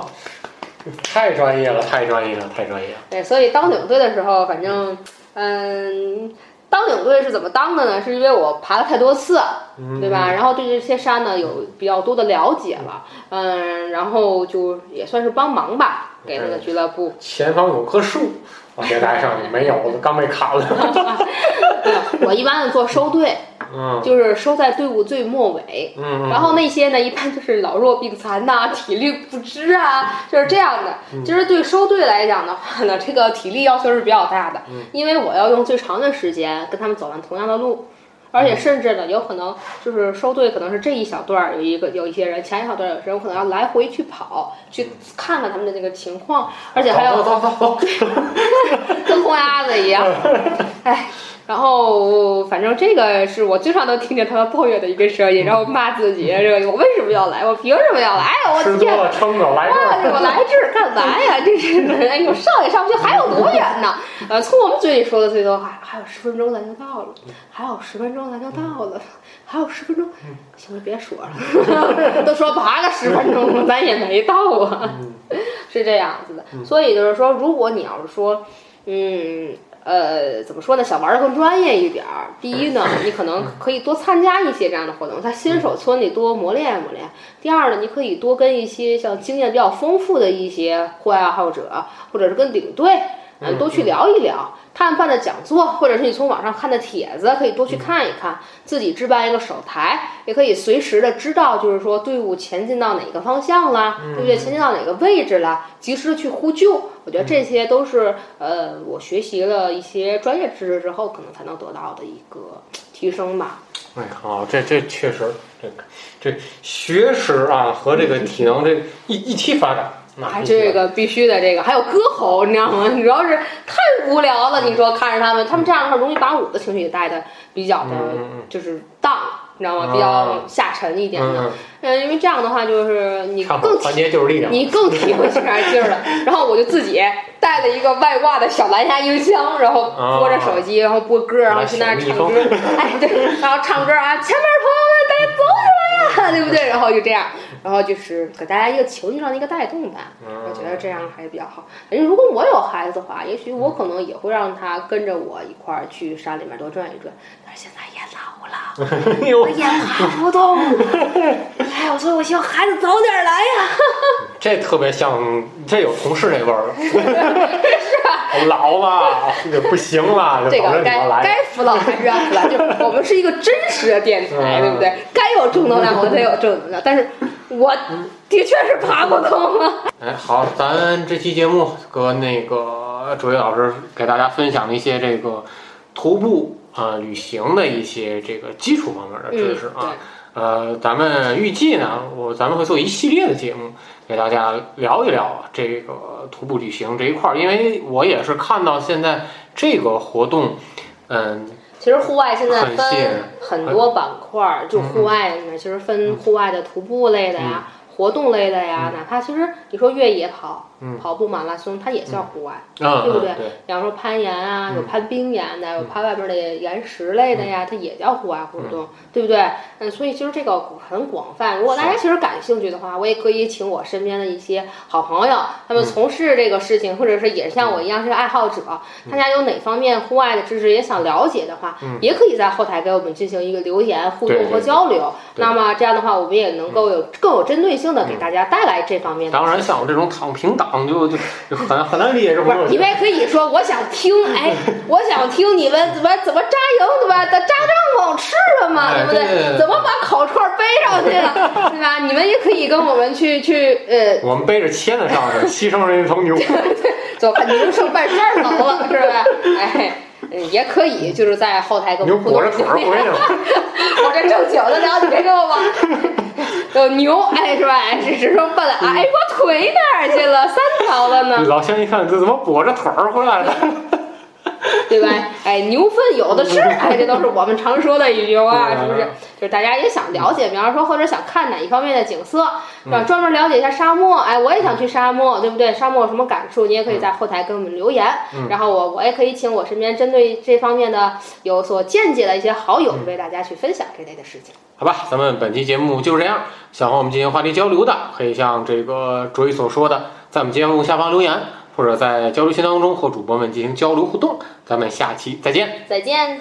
S3: 太专业了，太专业了，太专业了。
S4: 对，所以当领队的时候，反正，嗯，当领队是怎么当的呢？是因为我爬了太多次，
S3: 嗯
S4: 对吧？然后对这些山呢有比较多的了解了，嗯，然后就也算是帮忙吧，给那个俱乐部。
S3: 前方有棵树，我给带上去，没有，我刚被砍了。
S4: 对我一般是做收队，
S3: 嗯
S4: 就是收在队伍最末尾。
S3: 嗯，
S4: 然后那些呢，一般就是老弱病残呐、体力不支啊，就是这样的。其实对收队来讲的话呢， 这个体力要求是比较大的，因为我要用最长的时间跟他们走完同样的路，而且甚至呢，有可能就是收队，可能是这一小段儿有一个有一些人，前一小段儿有些人，我可能要来回去跑，去看看他们的那个情况，而且还要
S3: 走走走走走，
S4: 跟空鸭子一样，哎。然后，反正这个是我经常能听见他们抱怨的一个声
S3: 嗯
S4: 音，然后骂自己，这个我为什么要来？我凭什么要来？哎呀，我
S3: 吃
S4: 天
S3: 多！了撑的，来这
S4: 啊，
S3: 儿。
S4: 我来这儿干嘛呀？这是，哎呦，上也上不去，还有多远呢？呃，从我们嘴里说的最多，哎还还有十分钟咱就到了，还有十分钟咱就到了，还有十分钟，
S3: 嗯
S4: 行了，别说了， 都说爬个十分钟了，咱也没到啊，
S3: 嗯
S4: 是这样子的。所以就是说，如果你要是说，嗯。呃，怎么说呢？想玩的更专业一点儿，第一呢，你可能可以多参加一些这样的活动，在新手村里多磨练磨练。第二呢，你可以多跟一些像经验比较丰富的一些户外爱好者，或者是跟领队，嗯，多去聊一聊。他们办的讲座，或者是你从网上看的帖子，可以多去看一看。自己置办一个手台，也可以随时的知道，就是说队伍前进到哪个方向啦，对不对？前进到哪个位置啦，及时的去呼救。我觉得这些都是呃，我学习了一些专业知识之后，可能才能得到的一个提升吧。
S3: 哎，好，这这确实，这个这学识啊和这个体能这一一起发展。那
S4: 啊，
S3: 必须的嗯
S4: 这个必须的，这个还有歌喉，你知道吗？主要是太无聊了，你说看着他们，他们这样的话容易把我的情绪也带的比较的
S3: 嗯嗯嗯，
S4: 就是荡，你知道吗？
S3: 啊
S4: 比较下沉一点的。
S3: 嗯，
S4: 嗯，因为这样的话就是你
S3: 看好
S4: 更
S3: 团结就是力量。
S4: 你更体会这点劲 儿了。然后我就自己带了一个外挂的小蓝牙音箱，然后播着手机，然后播歌，然后去那儿唱歌
S3: 啊来小蜜。
S4: 哎，对，然后唱歌 啊，前面朋友们，大家走起来呀，对不对？然后就这样，然后就是给大家一个情绪上的一个带动吧。
S3: 嗯
S4: 我觉得这样还是比较好。反正如果我有孩子的话，也许我可能也会让他跟着我一块儿去山里面多转一转。但是现在也老了。
S3: 哎呦
S4: 我，也爬不 动，哎呀，所以我希望孩子早点来呀。
S3: 这特别像，这有同事那味儿了。 我老了，也不行了，
S4: 这
S3: 就保
S4: 个
S3: 证你
S4: 该
S3: 要来。
S4: 该服老还是要服老，就是我们是一个真实的电台，
S3: 嗯
S4: 对不对？该有正能量我得有正能量，但是我的确是爬不动了。
S3: 哎，好，咱这期节目和那个卓越老师给大家分享了一些这个徒步啊、呃旅行的一些这个基础方面的知识啊。
S4: 嗯
S3: 呃，咱们预计呢，我咱们会做一系列的节目，给大家聊一聊这个徒步旅行这一块儿，因为我也是看到现在这个活动，嗯、
S4: 其实户外现在分
S3: 很嗯细
S4: 很多板块儿，就户外里面
S3: 嗯
S4: 其实分户外的徒步类的呀、活动类的呀，哪怕其实你说越野跑，
S3: 嗯
S4: 跑步马拉松，它也算户外。
S3: 啊，
S4: 对不
S3: 对
S4: 对？比方说攀岩
S3: 嗯
S4: 啊，有攀冰岩的，有攀外边的岩石类的呀，它也叫户外活动，对不对？嗯，所以其实这个很广泛。如果大家其实感兴趣的话，我也可以请我身边的一些好朋友，
S3: 嗯
S4: 他们从事这个事情，或者是也像我一样是个爱好者，
S3: 嗯
S4: 大家有哪方面户外的知识也想了解的话，也可以在后台给我们进行一个留言互
S3: 对
S4: 动
S3: 对
S4: 和
S3: 对
S4: 交流。
S3: 对嗯
S4: 那么这样的话，我们也能够有更有针对性的给大家带来这方面的。
S3: 当然，像我这种躺平党就就就很很难理解这
S4: 不
S3: 种
S4: 是，
S3: 东
S4: 你
S3: 西。
S4: 们也可以说我想听，哎，我想听你们怎么怎么扎营，对吧？扎帐篷吃什么，
S3: 哎
S4: 对不
S3: 对对对
S4: 对？怎么把烤串背上去 了，对吧？你们也可以跟我们去去呃，
S3: 我们背着签子上去，牺牲人一 头牛。
S4: 走，你就剩半山儿楼了，是吧？哎。嗯也可以，就是在后台跟我
S3: 牛
S4: 们互
S3: 裹
S4: 动
S3: 着
S4: 一
S3: 腿。
S4: 下
S3: 儿回去了。
S4: 我这正经的聊，你别跟 我往。有牛，哎，是吧？哎，是是说半了，哎，我腿哪儿去了？三条了呢。
S3: 老乡一看，这怎么裹着腿儿回来 了？
S4: 对吧？哎，牛粪有的是，哎，这都是我们常说的一句话，是不是
S3: 嗯？
S4: 就是大家也想了解，比方说或者想看哪一方面的景色，是吧？
S3: 嗯
S4: 专门了解一下沙漠，哎，我也想去沙漠，对不对？沙漠有什么感触？你也可以在后台给我们留言，
S3: 嗯
S4: 然后我我也可以请我身边针对这方面的有所见解的一些好
S3: 嗯
S4: 友为大家去分享这类的事情。
S3: 好吧，咱们本期节目就是这样。想和我们进行话题交流的，可以像这个卓一所说的，在我们节目下方留言，或者在交流群当中和主播们进行交流互动。咱们下期再见。
S4: 再见。